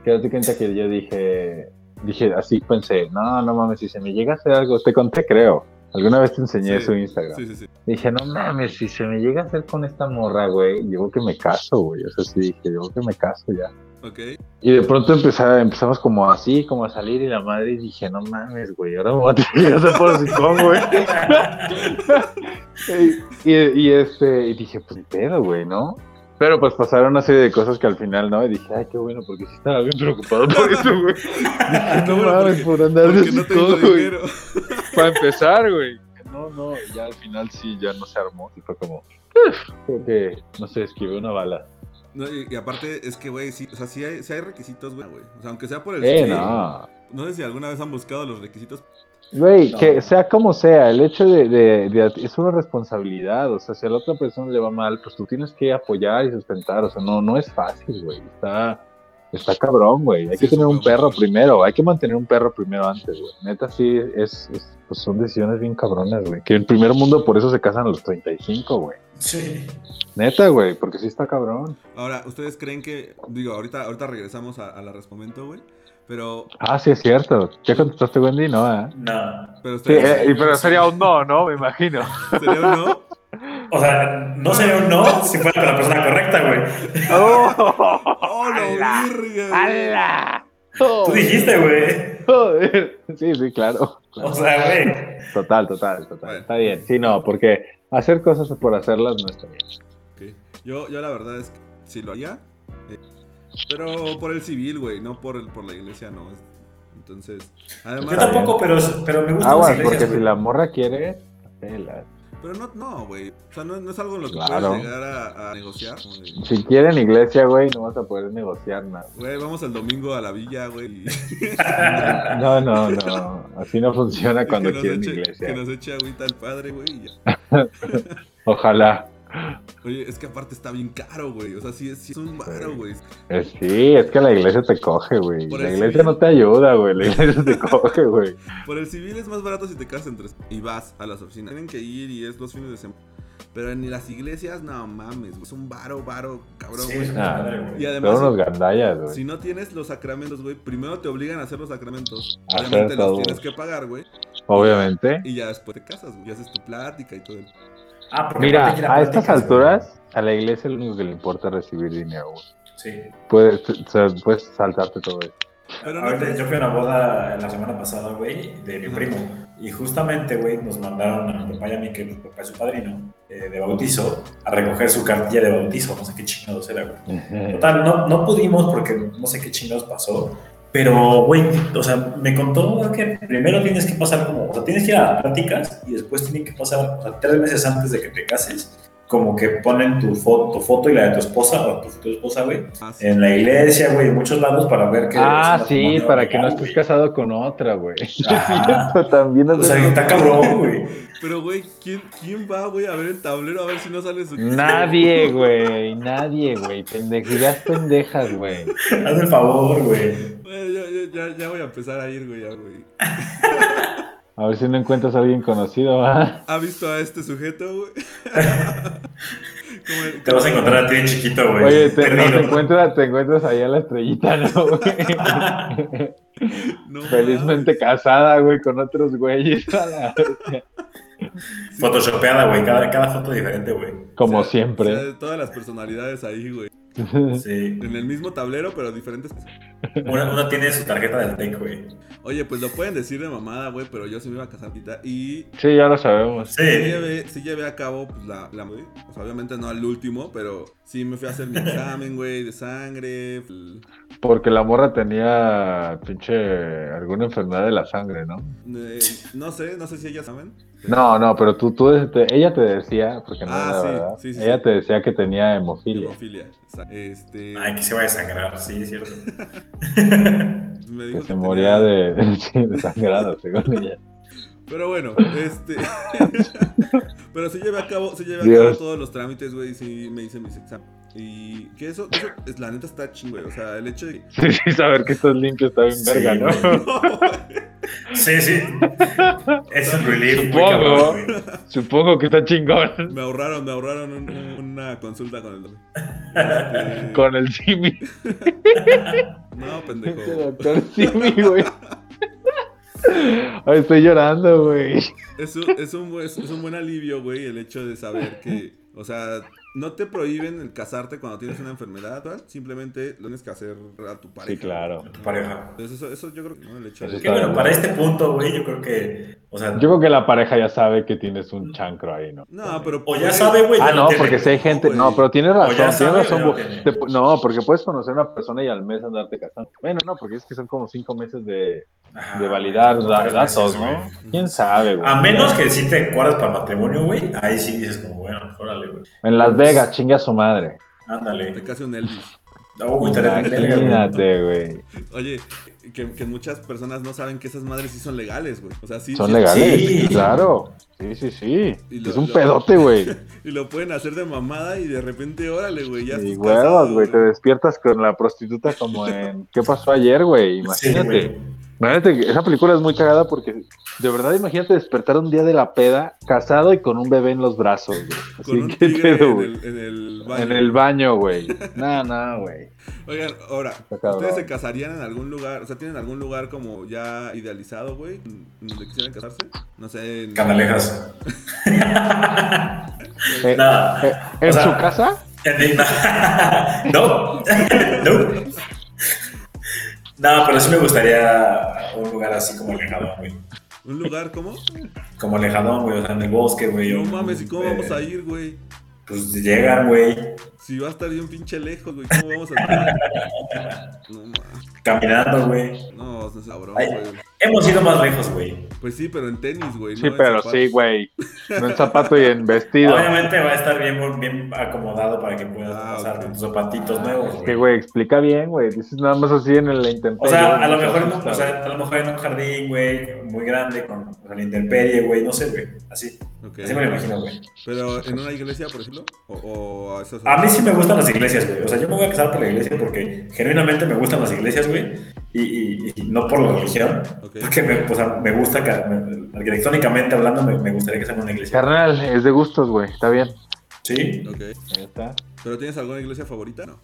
[SPEAKER 7] Que date cuenta que yo dije, dije, así pensé, no, no mames, si se me llega a hacer algo, te conté, creo. Alguna vez te enseñé
[SPEAKER 6] Sí,
[SPEAKER 7] su Instagram.
[SPEAKER 6] Sí, sí, sí.
[SPEAKER 7] Dije, no mames, si se me llega a hacer con esta morra, güey, yo creo que me caso, güey. O sea, sí dije, yo creo que me caso ya.
[SPEAKER 6] Ok.
[SPEAKER 7] Y de pronto empezaba- empezamos como así, como a salir y la madre y dije, no mames, güey, ahora me voy a tener que hacer por sicón, güey. y, y- y este, y dije, pues ni pedo, güey, ¿no? Pero pues pasaron una serie de cosas que al final, ¿no? Y dije, ay, qué bueno, porque sí estaba bien preocupado por eso, güey. Dije, no
[SPEAKER 6] Bueno,
[SPEAKER 7] mames,
[SPEAKER 6] porque-
[SPEAKER 7] por andar de
[SPEAKER 6] Porque no tengo
[SPEAKER 7] sicón, güey.
[SPEAKER 6] dinero.
[SPEAKER 7] Para empezar, güey. No, no, ya al final sí, ya no se armó. Y fue como, "Uf", creo que, no sé, esquivé una bala.
[SPEAKER 6] No, y, y aparte, es que, güey, sí, o sea, sí hay, sí hay requisitos, güey. O sea, aunque sea por el.
[SPEAKER 7] Eh,
[SPEAKER 6] sí,
[SPEAKER 7] no.
[SPEAKER 6] No sé si alguna vez han buscado los requisitos.
[SPEAKER 7] Güey,
[SPEAKER 5] No.
[SPEAKER 7] que sea como sea, el hecho de, de- de- es una responsabilidad, o sea, si a la otra persona le va mal, pues tú tienes que apoyar y sustentar, o sea, no, no es fácil, güey, está, está cabrón, güey, hay
[SPEAKER 6] Sí,
[SPEAKER 7] que tener un
[SPEAKER 6] está
[SPEAKER 7] perro
[SPEAKER 6] cabrón.
[SPEAKER 7] primero, hay que mantener un perro primero antes, güey, neta, sí, es, es- pues son decisiones bien cabronas, güey, que en primer mundo por eso se casan a los 35, güey,
[SPEAKER 5] Sí.
[SPEAKER 7] neta, güey, porque sí está cabrón.
[SPEAKER 6] Ahora, ¿ustedes creen que.? Digo, ahorita, ahorita regresamos a, a la respondiendo, güey. Pero,
[SPEAKER 7] Ah, sí, es cierto, ya contestaste Wendy, ¿no? eh?
[SPEAKER 5] No.
[SPEAKER 6] eh, pero
[SPEAKER 7] Sí,
[SPEAKER 6] ustedes.
[SPEAKER 7] eh, y- pero sería un no, ¿no? Me imagino.
[SPEAKER 6] ¿Sería un no?
[SPEAKER 5] O sea, no sería un no si fuera con la persona correcta, güey.
[SPEAKER 6] ¡Oh, lo virgen!
[SPEAKER 7] ¡Hala!
[SPEAKER 5] Tú dijiste, güey.
[SPEAKER 7] Joder. Sí, sí, claro. claro.
[SPEAKER 5] O sea, güey.
[SPEAKER 7] Total, total, total.
[SPEAKER 6] Bueno.
[SPEAKER 7] Está bien. Sí, no, porque hacer cosas por hacerlas no está bien.
[SPEAKER 6] Ok. Yo, yo la verdad es que sí lo haría. eh, pero por el civil, güey, no por, el, por la iglesia, no. es- Entonces,
[SPEAKER 5] Yo
[SPEAKER 6] además...
[SPEAKER 5] tampoco, pero, pero me gustan
[SPEAKER 7] Aguas,
[SPEAKER 5] las
[SPEAKER 7] porque
[SPEAKER 5] iglesias,
[SPEAKER 7] si
[SPEAKER 5] güey.
[SPEAKER 7] la morra quiere, pela.
[SPEAKER 6] Pero no, no, güey. O sea, no, no es algo en lo que
[SPEAKER 7] Claro.
[SPEAKER 6] puedes llegar a, a negociar. como de,
[SPEAKER 7] Si quieren iglesia, güey, no vas a poder negociar nada.
[SPEAKER 6] Güey, vamos el domingo a la villa, güey. y-
[SPEAKER 7] No, no, no. Así no funciona Ah, cuando
[SPEAKER 6] que nos
[SPEAKER 7] quieren
[SPEAKER 6] eche- Que
[SPEAKER 7] iglesia.
[SPEAKER 6] nos eche agüita el padre, güey. y ya.
[SPEAKER 7] Ojalá.
[SPEAKER 6] Oye, es que aparte está bien caro, güey. O sea, sí, es- sí es un baro, güey.
[SPEAKER 7] Eh, Sí, es que la iglesia te coge, güey.
[SPEAKER 6] Por
[SPEAKER 7] La
[SPEAKER 6] eso
[SPEAKER 7] iglesia no te ayuda, güey. La iglesia te coge, güey.
[SPEAKER 6] Por el civil es más barato si te casas entre... Y vas a las oficinas. Tienen que ir y es los fines de semana. Pero en las iglesias, no mames, güey. Es un varo, varo, cabrón,
[SPEAKER 5] Sí,
[SPEAKER 6] güey.
[SPEAKER 5] es una
[SPEAKER 7] Ah,
[SPEAKER 5] madre, güey.
[SPEAKER 6] y
[SPEAKER 7] Son
[SPEAKER 6] además,
[SPEAKER 7] unos gandallas,
[SPEAKER 6] si,
[SPEAKER 7] güey.
[SPEAKER 6] no tienes los sacramentos, güey, primero te obligan a hacer los sacramentos.
[SPEAKER 7] A hacer
[SPEAKER 6] Obviamente los
[SPEAKER 7] todo.
[SPEAKER 6] tienes que pagar, güey.
[SPEAKER 7] Obviamente.
[SPEAKER 6] Y ya después te casas, güey. Y haces tu plática y todo. el-
[SPEAKER 5] Ah, porque
[SPEAKER 7] Mira,
[SPEAKER 5] aparte que la
[SPEAKER 7] a estas
[SPEAKER 5] platicas, güey.
[SPEAKER 7] alturas, a la iglesia lo único que le importa es recibir dinero, güey.
[SPEAKER 5] Sí.
[SPEAKER 7] Puedes, o sea, puedes saltarte todo eso.
[SPEAKER 6] Pero no
[SPEAKER 5] Ahorita,
[SPEAKER 6] crees-
[SPEAKER 5] yo fui a una boda la semana pasada, güey, de mi primo. Y justamente, güey, nos mandaron a mi papá y a mí, que mi papá es su padrino, eh, de bautizo, a recoger su cartilla de bautizo. No sé qué chingados era, güey.
[SPEAKER 7] Ah,
[SPEAKER 5] Total, no, no pudimos porque no sé qué chingados pasó. Pero, güey, o sea, me contó que primero tienes que pasar como, o sea, tienes que ir a pláticas y después tienen que pasar, o sea, tres meses antes de que te cases, como que ponen tu foto, tu foto y la de tu esposa o tu futura esposa, güey,
[SPEAKER 6] Ah, sí.
[SPEAKER 5] en la iglesia, güey, en muchos lados para ver que...
[SPEAKER 7] Ah,
[SPEAKER 5] es un
[SPEAKER 7] sí,
[SPEAKER 5] matrimonio
[SPEAKER 7] para que no
[SPEAKER 5] legal, güey.
[SPEAKER 7] estés casado con otra, güey.
[SPEAKER 5] Ajá.
[SPEAKER 7] También
[SPEAKER 5] O sea, está cabrón, güey.
[SPEAKER 6] Pero, güey, ¿quién, ¿quién va, güey, a ver el tablero a ver si no sale su...
[SPEAKER 7] Nadie, güey, nadie, güey. Pendejidas pendejas, güey.
[SPEAKER 5] Haz el favor, güey.
[SPEAKER 6] Bueno, yo- yo- ya, ya voy a empezar a ir, güey, ya, güey.
[SPEAKER 7] A ver si no encuentras a alguien conocido, ¿ah?
[SPEAKER 6] ¿Ha visto a este sujeto, güey? Como el-
[SPEAKER 5] Te vas a encontrar a ti de chiquito, güey.
[SPEAKER 7] Oye, te, no, te,
[SPEAKER 5] perdido.
[SPEAKER 7] encuentras, te encuentras ahí a la estrellita, ¿no, güey?
[SPEAKER 6] No,
[SPEAKER 7] Felizmente casada, güey, con otros güeyes. a la-
[SPEAKER 5] Photoshopeada, güey. Cada, cada foto diferente, güey.
[SPEAKER 7] Como
[SPEAKER 6] O sea, o sea,
[SPEAKER 7] siempre.
[SPEAKER 6] de todas las personalidades ahí, güey.
[SPEAKER 5] Sí.
[SPEAKER 6] En el mismo tablero, pero diferentes.
[SPEAKER 5] Uno, uno tiene su tarjeta del TEC, güey.
[SPEAKER 6] Oye, pues lo pueden decir de mamada, güey, pero yo sí me iba a casar ahorita y
[SPEAKER 7] Sí, ya lo sabemos.
[SPEAKER 6] sí
[SPEAKER 5] Sí.
[SPEAKER 6] llevé, sí llevé a cabo pues, la, la- o sea, obviamente no al último, pero sí me fui a hacer mi examen, güey, de sangre. el-
[SPEAKER 7] Porque la morra tenía pinche alguna enfermedad de la sangre, ¿no?
[SPEAKER 6] eh, no sé, no sé si ellas saben.
[SPEAKER 7] No, no, pero tú, tú te- ella te decía, porque no
[SPEAKER 6] Ah,
[SPEAKER 7] era
[SPEAKER 6] sí,
[SPEAKER 7] verdad,
[SPEAKER 6] sí, sí,
[SPEAKER 7] ella
[SPEAKER 6] sí.
[SPEAKER 7] te decía que tenía hemofilia.
[SPEAKER 6] Hemofilia. exa- Este.
[SPEAKER 5] Ay, que se va a desangrar, sí, es cierto.
[SPEAKER 6] me dijo
[SPEAKER 7] Que se
[SPEAKER 6] tenía-
[SPEAKER 7] moría de, sí, de sangrado, según ella.
[SPEAKER 6] Pero bueno, este. Pero sí llevé a cabo, sí llevé a
[SPEAKER 7] Dios.
[SPEAKER 6] cabo todos los trámites, güey, y sí me hice mis exámenes. Y que eso, eso es, la neta está ching, güey. O sea, el hecho de que.
[SPEAKER 7] Sí, sí, saber que estás limpio está bien
[SPEAKER 5] Sí,
[SPEAKER 7] verga, ¿no?
[SPEAKER 5] güey. Sí, sí. Es un relief, muy
[SPEAKER 7] Supongo.
[SPEAKER 5] cabrón, güey.
[SPEAKER 7] Supongo que está chingón
[SPEAKER 6] Me ahorraron, me ahorraron un- un- una consulta con el doctor. Este,
[SPEAKER 7] con el Simi.
[SPEAKER 6] No,
[SPEAKER 7] Este
[SPEAKER 6] pendejo.
[SPEAKER 7] doctor Simi, güey. Ay, estoy llorando, güey.
[SPEAKER 6] Es un, es un, buen- es un buen alivio, güey, el hecho de saber que. O sea, no te prohíben el casarte cuando tienes una enfermedad, ¿verdad? Simplemente lo tienes que hacer a tu pareja.
[SPEAKER 7] Sí, claro.
[SPEAKER 5] Tu pareja.
[SPEAKER 6] Entonces, eso, eso yo creo que no, el hecho
[SPEAKER 7] Eso
[SPEAKER 6] de.
[SPEAKER 5] Que bueno, para este punto, güey, yo creo que. O sea,
[SPEAKER 7] Yo creo que la pareja ya sabe que tienes un chancro ahí, ¿no?
[SPEAKER 6] No, pero.
[SPEAKER 5] o ya sabe, güey.
[SPEAKER 7] Ah,
[SPEAKER 5] ya lo
[SPEAKER 7] no,
[SPEAKER 5] tiene.
[SPEAKER 7] porque si hay gente.
[SPEAKER 6] güey.
[SPEAKER 7] No, pero tienes
[SPEAKER 5] ya
[SPEAKER 7] razón, tienes
[SPEAKER 5] sabe,
[SPEAKER 7] razón.
[SPEAKER 5] pero
[SPEAKER 7] güey.
[SPEAKER 5] tiene.
[SPEAKER 7] Te pu- no, porque puedes conocer a una persona y al mes andarte casando. Bueno, no, porque es que son como cinco meses de,
[SPEAKER 5] Ajá,
[SPEAKER 6] Ah,
[SPEAKER 7] de validar
[SPEAKER 5] güey,
[SPEAKER 7] da-
[SPEAKER 5] tres
[SPEAKER 7] datos,
[SPEAKER 5] meses,
[SPEAKER 7] ¿no?
[SPEAKER 5] güey.
[SPEAKER 7] Quién sabe, güey.
[SPEAKER 5] A menos que si te acuerdas para matrimonio, güey, ahí sí dices como, bueno, órale, güey.
[SPEAKER 7] En Las Vegas, chinga su madre.
[SPEAKER 6] Te
[SPEAKER 5] Ándale.
[SPEAKER 6] casi un Elvis.
[SPEAKER 5] Oh, güey, estaría bien verga, güey.
[SPEAKER 7] Imagínate, güey.
[SPEAKER 6] Oye, que, que muchas personas no saben que esas madres sí son legales, güey. O sea, sí.
[SPEAKER 7] Son
[SPEAKER 6] sí-
[SPEAKER 7] legales,
[SPEAKER 5] Sí.
[SPEAKER 7] claro. Sí, sí, sí.
[SPEAKER 6] Y lo-
[SPEAKER 7] es un
[SPEAKER 6] lo-
[SPEAKER 7] pedote, güey.
[SPEAKER 6] Y lo pueden hacer de mamada y de repente, órale, güey, ya
[SPEAKER 7] Y
[SPEAKER 6] estás
[SPEAKER 7] huevos,
[SPEAKER 6] casado,
[SPEAKER 7] güey. Te despiertas con la prostituta como en. ¿Qué pasó ayer, güey?
[SPEAKER 5] Sí,
[SPEAKER 7] Imagínate.
[SPEAKER 5] güey.
[SPEAKER 7] Imagínate que esa película es muy cagada porque de verdad imagínate despertar un día de la peda casado y con un bebé en los brazos, güey. Así,
[SPEAKER 6] Con un
[SPEAKER 7] ¿qué
[SPEAKER 6] tigre
[SPEAKER 7] pedo,
[SPEAKER 6] en
[SPEAKER 7] güey?
[SPEAKER 6] el, en el baño.
[SPEAKER 7] En el baño, güey. No, no, güey.
[SPEAKER 6] Oigan, ahora,
[SPEAKER 7] cabrón.
[SPEAKER 6] ¿ustedes se casarían en algún lugar? O sea, ¿tienen algún lugar como ya idealizado, güey? en Donde quisieran casarse. No sé. en-
[SPEAKER 5] Canalejas.
[SPEAKER 7] Eh,
[SPEAKER 5] Nada.
[SPEAKER 7] eh, ¿En
[SPEAKER 5] O sea,
[SPEAKER 7] su casa?
[SPEAKER 5] no, no. No, pero sí me gustaría un lugar así como Lejadón, güey.
[SPEAKER 6] ¿Un lugar cómo?
[SPEAKER 5] Como Lejadón, güey, o sea, en el bosque, güey.
[SPEAKER 6] No
[SPEAKER 5] o-
[SPEAKER 6] mames, ¿y cómo
[SPEAKER 5] eh,
[SPEAKER 6] vamos a ir, güey?
[SPEAKER 5] Pues llegan, güey,
[SPEAKER 6] Si va a estar bien pinche lejos, güey, ¿cómo vamos a entrar? No mames,
[SPEAKER 5] caminando, güey.
[SPEAKER 6] no, no es cabrón,
[SPEAKER 5] Ay.
[SPEAKER 6] güey.
[SPEAKER 5] Hemos ido más lejos, güey.
[SPEAKER 6] Pues sí, pero en tenis, güey.
[SPEAKER 7] Sí,
[SPEAKER 6] no en
[SPEAKER 7] pero
[SPEAKER 6] zapatos.
[SPEAKER 7] sí, güey. No en zapato y en vestido.
[SPEAKER 5] Obviamente va a estar bien, bien acomodado para que puedas
[SPEAKER 6] Ah,
[SPEAKER 5] pasar
[SPEAKER 6] ok. Ah,
[SPEAKER 5] tus zapatitos nuevos,
[SPEAKER 7] Que,
[SPEAKER 5] güey.
[SPEAKER 7] güey, explica bien, güey. Dices nada más así en el
[SPEAKER 5] O
[SPEAKER 7] intemperie.
[SPEAKER 5] sea, a lo
[SPEAKER 7] güey,
[SPEAKER 5] mejor, en un-
[SPEAKER 7] asusta,
[SPEAKER 5] o sea, a lo mejor en un jardín, güey, muy grande, con, con la intemperie, güey, no sé, güey. Así,
[SPEAKER 6] Ok.
[SPEAKER 5] así me lo imagino, güey.
[SPEAKER 6] Pero en una iglesia, por ejemplo, o, o a esas-
[SPEAKER 5] A mí sí me gustan las iglesias, güey. O sea, yo me voy a casar por la iglesia porque genuinamente me gustan las iglesias, güey. Y, y- y no por la religión.
[SPEAKER 6] Ok.
[SPEAKER 5] Porque me, o sea, me gusta, ca- me- arquitectónicamente hablando, me, me gustaría que sea una
[SPEAKER 7] güey.
[SPEAKER 5] iglesia.
[SPEAKER 7] Carnal, es de gustos, güey. Está bien.
[SPEAKER 5] ¿Sí?
[SPEAKER 6] Ok.
[SPEAKER 7] Ya está.
[SPEAKER 6] ¿Pero tienes alguna iglesia favorita? No.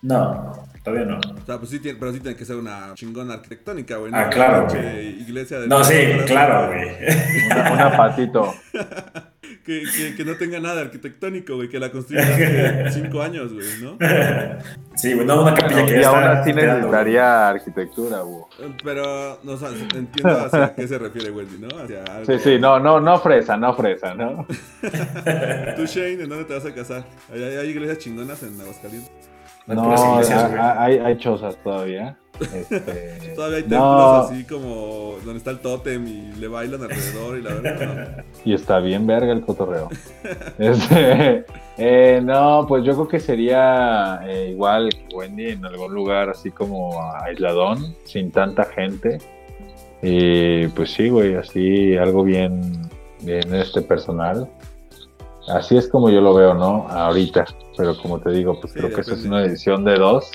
[SPEAKER 5] No, todavía no.
[SPEAKER 6] O sea, pues sí, tiene, pero sí tiene que ser una chingona arquitectónica, güey.
[SPEAKER 5] Ah,
[SPEAKER 6] no
[SPEAKER 5] claro,
[SPEAKER 6] una
[SPEAKER 5] güey.
[SPEAKER 6] pinche Iglesia de
[SPEAKER 5] No, sí, claro, güey.
[SPEAKER 7] Una, una patito.
[SPEAKER 6] Que, que, que no tenga nada arquitectónico, güey, que la construyan hace cinco años, güey, ¿no?
[SPEAKER 5] Sí, güey, no una capilla que ya
[SPEAKER 7] y aún
[SPEAKER 5] está
[SPEAKER 7] así
[SPEAKER 5] quedando,
[SPEAKER 7] necesitaría arquitectura, güey.
[SPEAKER 6] Pero, no, o sea, entiendo hacia qué se refiere Wendy, ¿no? Hacia algo.
[SPEAKER 7] Sí, sí, no, no, no fresa, no fresa, ¿no?
[SPEAKER 6] Tú, Shane, ¿en dónde te vas a casar? ¿Hay, hay iglesias chingonas en Aguascalientes?
[SPEAKER 5] No,
[SPEAKER 7] No,
[SPEAKER 5] puras iglesias, güey.
[SPEAKER 7] ha- ha- hay, hay chozas todavía. Este,
[SPEAKER 6] Todavía hay templos
[SPEAKER 7] no,
[SPEAKER 6] así como donde está el tótem y le bailan alrededor y la verdad,
[SPEAKER 7] Y está bien verga el cotorreo. Este, eh, no, pues yo creo que sería eh, igual que Wendy en algún lugar así como aisladón, sin tanta gente. Y pues sí, güey, así algo bien, bien este personal. Así es como yo lo veo, ¿no? Ahorita. Pero como te digo, pues
[SPEAKER 6] Sí,
[SPEAKER 7] creo que esta es
[SPEAKER 6] depende.
[SPEAKER 7] una edición de dos.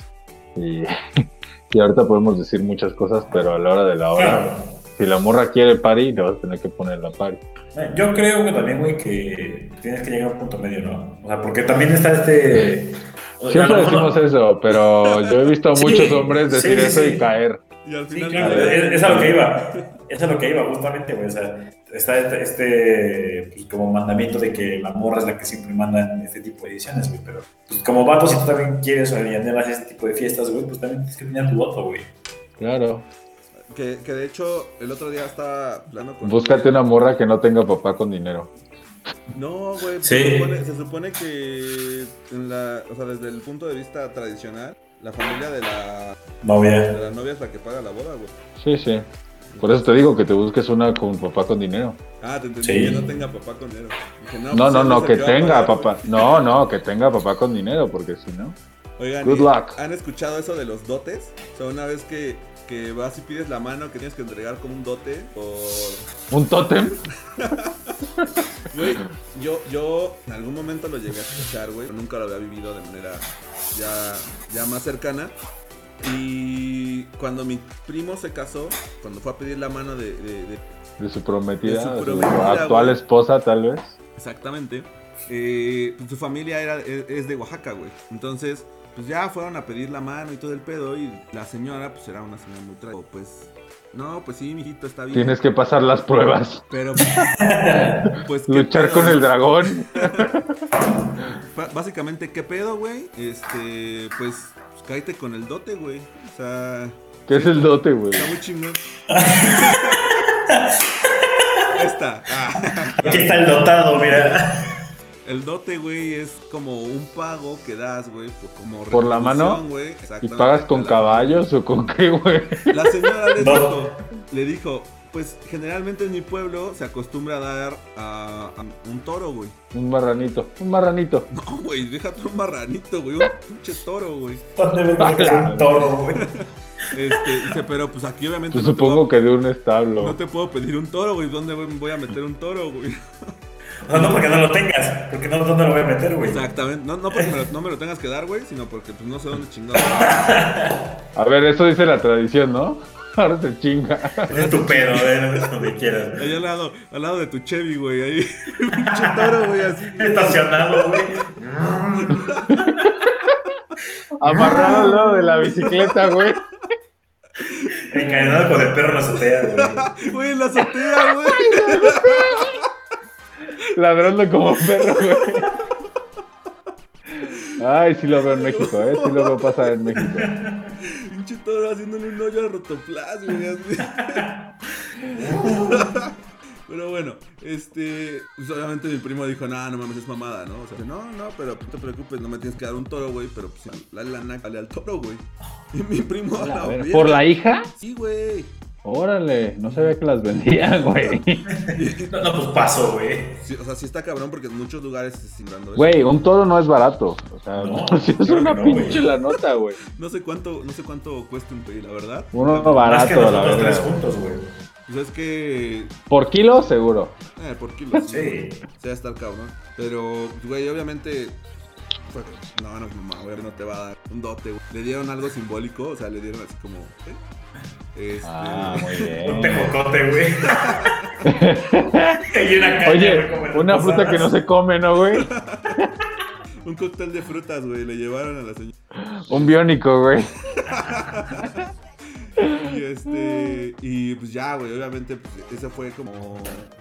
[SPEAKER 7] Y, y ahorita podemos decir muchas cosas, pero a la hora de la hora,
[SPEAKER 5] Claro.
[SPEAKER 7] si la morra quiere pari, le vas a tener que poner la pari.
[SPEAKER 5] eh, Yo creo que también, güey, que tienes que llegar a un punto medio, ¿no? O sea, porque también está este. o sea,
[SPEAKER 7] Siempre
[SPEAKER 5] a lo mejor no-
[SPEAKER 7] decimos eso, pero yo he visto a
[SPEAKER 5] Sí,
[SPEAKER 7] muchos hombres
[SPEAKER 5] sí,
[SPEAKER 7] decir
[SPEAKER 5] sí,
[SPEAKER 7] eso
[SPEAKER 5] sí.
[SPEAKER 7] y caer.
[SPEAKER 6] no. Y al
[SPEAKER 5] Sí,
[SPEAKER 6] final...
[SPEAKER 5] claro, es, es a lo que iba. Es a lo que iba, justamente, güey. O sea, está este, este, pues, como mandamiento de que la morra es la que siempre manda en este tipo de ediciones, güey. Pero pues, como vato, si tú también quieres o anhelas este tipo de fiestas, güey, pues también tienes que tener tu voto, güey.
[SPEAKER 7] Claro.
[SPEAKER 6] Que, que de hecho, el otro día estaba plano con...
[SPEAKER 7] Búscate una morra que no tenga papá con dinero.
[SPEAKER 6] No, güey,
[SPEAKER 5] Sí.
[SPEAKER 6] se, supone, se supone que en la, o sea, desde el punto de vista tradicional, la familia de la, de
[SPEAKER 5] Novia.
[SPEAKER 6] la novia es la que paga la boda, güey.
[SPEAKER 7] Sí, sí. Por eso te digo que te busques una con papá con dinero.
[SPEAKER 6] Ah, te entendí,
[SPEAKER 5] Sí.
[SPEAKER 6] que no tenga papá con dinero. Dije,
[SPEAKER 7] No,
[SPEAKER 6] pues
[SPEAKER 7] no,
[SPEAKER 6] él es
[SPEAKER 7] no,
[SPEAKER 6] el
[SPEAKER 7] que
[SPEAKER 6] va a
[SPEAKER 7] tenga
[SPEAKER 6] pagar, güey.
[SPEAKER 7] papá. No, no, que tenga papá con dinero, porque si no.
[SPEAKER 6] Oigan,
[SPEAKER 7] Good
[SPEAKER 6] ¿y
[SPEAKER 7] luck.
[SPEAKER 6] ¿han escuchado eso de los dotes? O sea, una vez que, que vas y pides la mano, que tienes que entregar como un dote por...
[SPEAKER 7] ¿Un tótem?
[SPEAKER 6] Güey, yo, yo en algún momento lo llegué a escuchar, güey. pero Nunca lo había vivido de manera ya, ya más cercana. Y cuando mi primo se casó, cuando fue a pedir la mano de... de- de-
[SPEAKER 7] De su prometida,
[SPEAKER 6] De su
[SPEAKER 7] de su
[SPEAKER 6] prometida,
[SPEAKER 7] actual
[SPEAKER 6] güey.
[SPEAKER 7] esposa, tal vez.
[SPEAKER 6] exactamente. eh, pues su familia era, es, es de Oaxaca, güey. Entonces, pues ya fueron a pedir la mano y todo el pedo. Y la señora, pues era una señora muy tra... Pues, no, pues sí, mijito, está bien.
[SPEAKER 7] Tienes que pasar las pruebas.
[SPEAKER 6] Pero... pues, ¿qué
[SPEAKER 7] Luchar
[SPEAKER 6] pedo?
[SPEAKER 7] con el dragón.
[SPEAKER 6] Ba- Básicamente, ¿qué pedo, güey? Este, pues, pues, cállate con el dote, güey. O sea,
[SPEAKER 7] ¿Qué es el dote, güey?
[SPEAKER 6] está muy chingón. Esta. Ah,
[SPEAKER 5] Aquí está el dotado, mira.
[SPEAKER 6] el dote, güey, es como un pago que das, güey, por, como
[SPEAKER 7] ¿Por la mano?
[SPEAKER 6] retribución, güey.
[SPEAKER 7] ¿Y
[SPEAKER 6] Exactamente.
[SPEAKER 7] pagas con
[SPEAKER 6] La-
[SPEAKER 7] caballos o con qué, güey?
[SPEAKER 6] La señora le
[SPEAKER 5] No.
[SPEAKER 6] dijo, le dijo, pues generalmente en mi pueblo se acostumbra a dar a, a un toro, güey.
[SPEAKER 7] Un marranito, un marranito.
[SPEAKER 6] No, güey, déjate un marranito, güey, un pinche toro, güey.
[SPEAKER 5] ¿Dónde
[SPEAKER 7] Ah,
[SPEAKER 5] ves que es un toro, güey?
[SPEAKER 6] Este, dice, pero pues aquí obviamente
[SPEAKER 7] Yo
[SPEAKER 6] no te puedo-
[SPEAKER 7] supongo que de un
[SPEAKER 6] No
[SPEAKER 7] establo.
[SPEAKER 6] te puedo pedir un toro, güey. ¿Dónde voy- voy a meter un toro, güey?
[SPEAKER 5] O sea, no porque no lo tengas, porque no, ¿dónde lo voy a meter, güey?
[SPEAKER 6] Exactamente. No, no porque me lo, no me lo tengas que dar, güey, sino porque pues, no sé dónde chingado.
[SPEAKER 7] A ver, eso dice la tradición, ¿no? Ahora se chinga.
[SPEAKER 5] Es tu pedo, eh, donde quieras.
[SPEAKER 6] Allá al lado, al lado de tu Chevy, güey. Ahí, pinche toro, güey, así.
[SPEAKER 5] Estacionado, güey.
[SPEAKER 7] Amarrado al lado de la bicicleta, güey.
[SPEAKER 5] Encadenado con el perro en la azotea, güey.
[SPEAKER 6] Güey, en la azotea, güey.
[SPEAKER 7] Ladrando como perro, güey. Ay, sí lo veo en México, ¿eh? Sí lo veo pasar en México.
[SPEAKER 6] Pinche toro haciéndole un hoyo a Rotoplas, güey. así. pero bueno, este. Pues obviamente mi primo dijo, no, no mames, es mamada, ¿no? O sea, no, no, pero no te preocupes, no me tienes que dar un toro, güey. Pero pues la lana sale al toro, güey. Y mi primo.
[SPEAKER 7] A la
[SPEAKER 6] la
[SPEAKER 7] ver-
[SPEAKER 6] obvia-
[SPEAKER 7] ¿Por la hija?
[SPEAKER 6] Sí, güey.
[SPEAKER 7] Órale, no sabía que las vendían, güey.
[SPEAKER 5] No, no, pues paso, güey.
[SPEAKER 6] Sí, o sea, sí está cabrón porque en muchos lugares se están dando eso.
[SPEAKER 7] Güey, un toro no es barato. O sea,
[SPEAKER 5] No,
[SPEAKER 7] sí es
[SPEAKER 5] claro
[SPEAKER 7] una
[SPEAKER 5] que no,
[SPEAKER 7] pinche
[SPEAKER 5] güey.
[SPEAKER 7] la nota, güey.
[SPEAKER 6] No sé cuánto, no sé cuánto cuesta un pedido, la verdad.
[SPEAKER 7] Uno
[SPEAKER 5] Más que
[SPEAKER 7] barato, la
[SPEAKER 5] nosotros tres
[SPEAKER 7] verdad.
[SPEAKER 5] juntos, güey.
[SPEAKER 6] Pues es que
[SPEAKER 7] Por kilo, seguro.
[SPEAKER 6] Eh, por kilo, sí.
[SPEAKER 5] Sí.
[SPEAKER 6] Se va a estar cabrón. Pero, güey, obviamente. fue- No, no, mamá, güey, no te va a dar un dote, güey. Le dieron algo simbólico, o sea, le dieron así como. ¿eh? Este,
[SPEAKER 7] Ah, muy
[SPEAKER 5] Un
[SPEAKER 7] bien.
[SPEAKER 5] tejocote, güey. Y una caña,
[SPEAKER 7] Oye,
[SPEAKER 5] güey, como en
[SPEAKER 7] una
[SPEAKER 5] las
[SPEAKER 7] fruta que no
[SPEAKER 5] posadas.
[SPEAKER 7] se come, ¿no, güey?
[SPEAKER 6] Un cóctel de frutas, güey, le llevaron a la señora.
[SPEAKER 7] Un biónico, güey.
[SPEAKER 6] Y este. Y pues ya, güey, obviamente, pues, esa fue como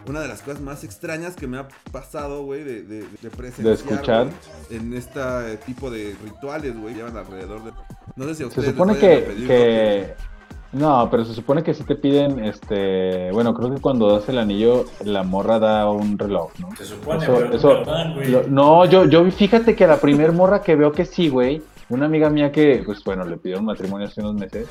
[SPEAKER 6] una de las cosas más extrañas que me ha pasado, güey, de, de, de presenciar.
[SPEAKER 7] De escuchar.
[SPEAKER 6] güey, en este tipo de rituales, güey, llevan alrededor de. No sé si a
[SPEAKER 7] Se
[SPEAKER 6] ustedes. les
[SPEAKER 7] supone
[SPEAKER 6] vayan a
[SPEAKER 7] que,
[SPEAKER 6] pedir dote.
[SPEAKER 7] que- No, pero se supone que si te piden, este... Bueno, creo que cuando das el anillo, la morra da un reloj, ¿no?
[SPEAKER 5] Se supone,
[SPEAKER 7] Eso-
[SPEAKER 5] pero no
[SPEAKER 7] eso-
[SPEAKER 5] lo dan, güey.
[SPEAKER 7] Lo- no, yo, yo fíjate que la primer morra que veo que sí, güey, una amiga mía que, pues bueno, le pidió un matrimonio hace unos meses,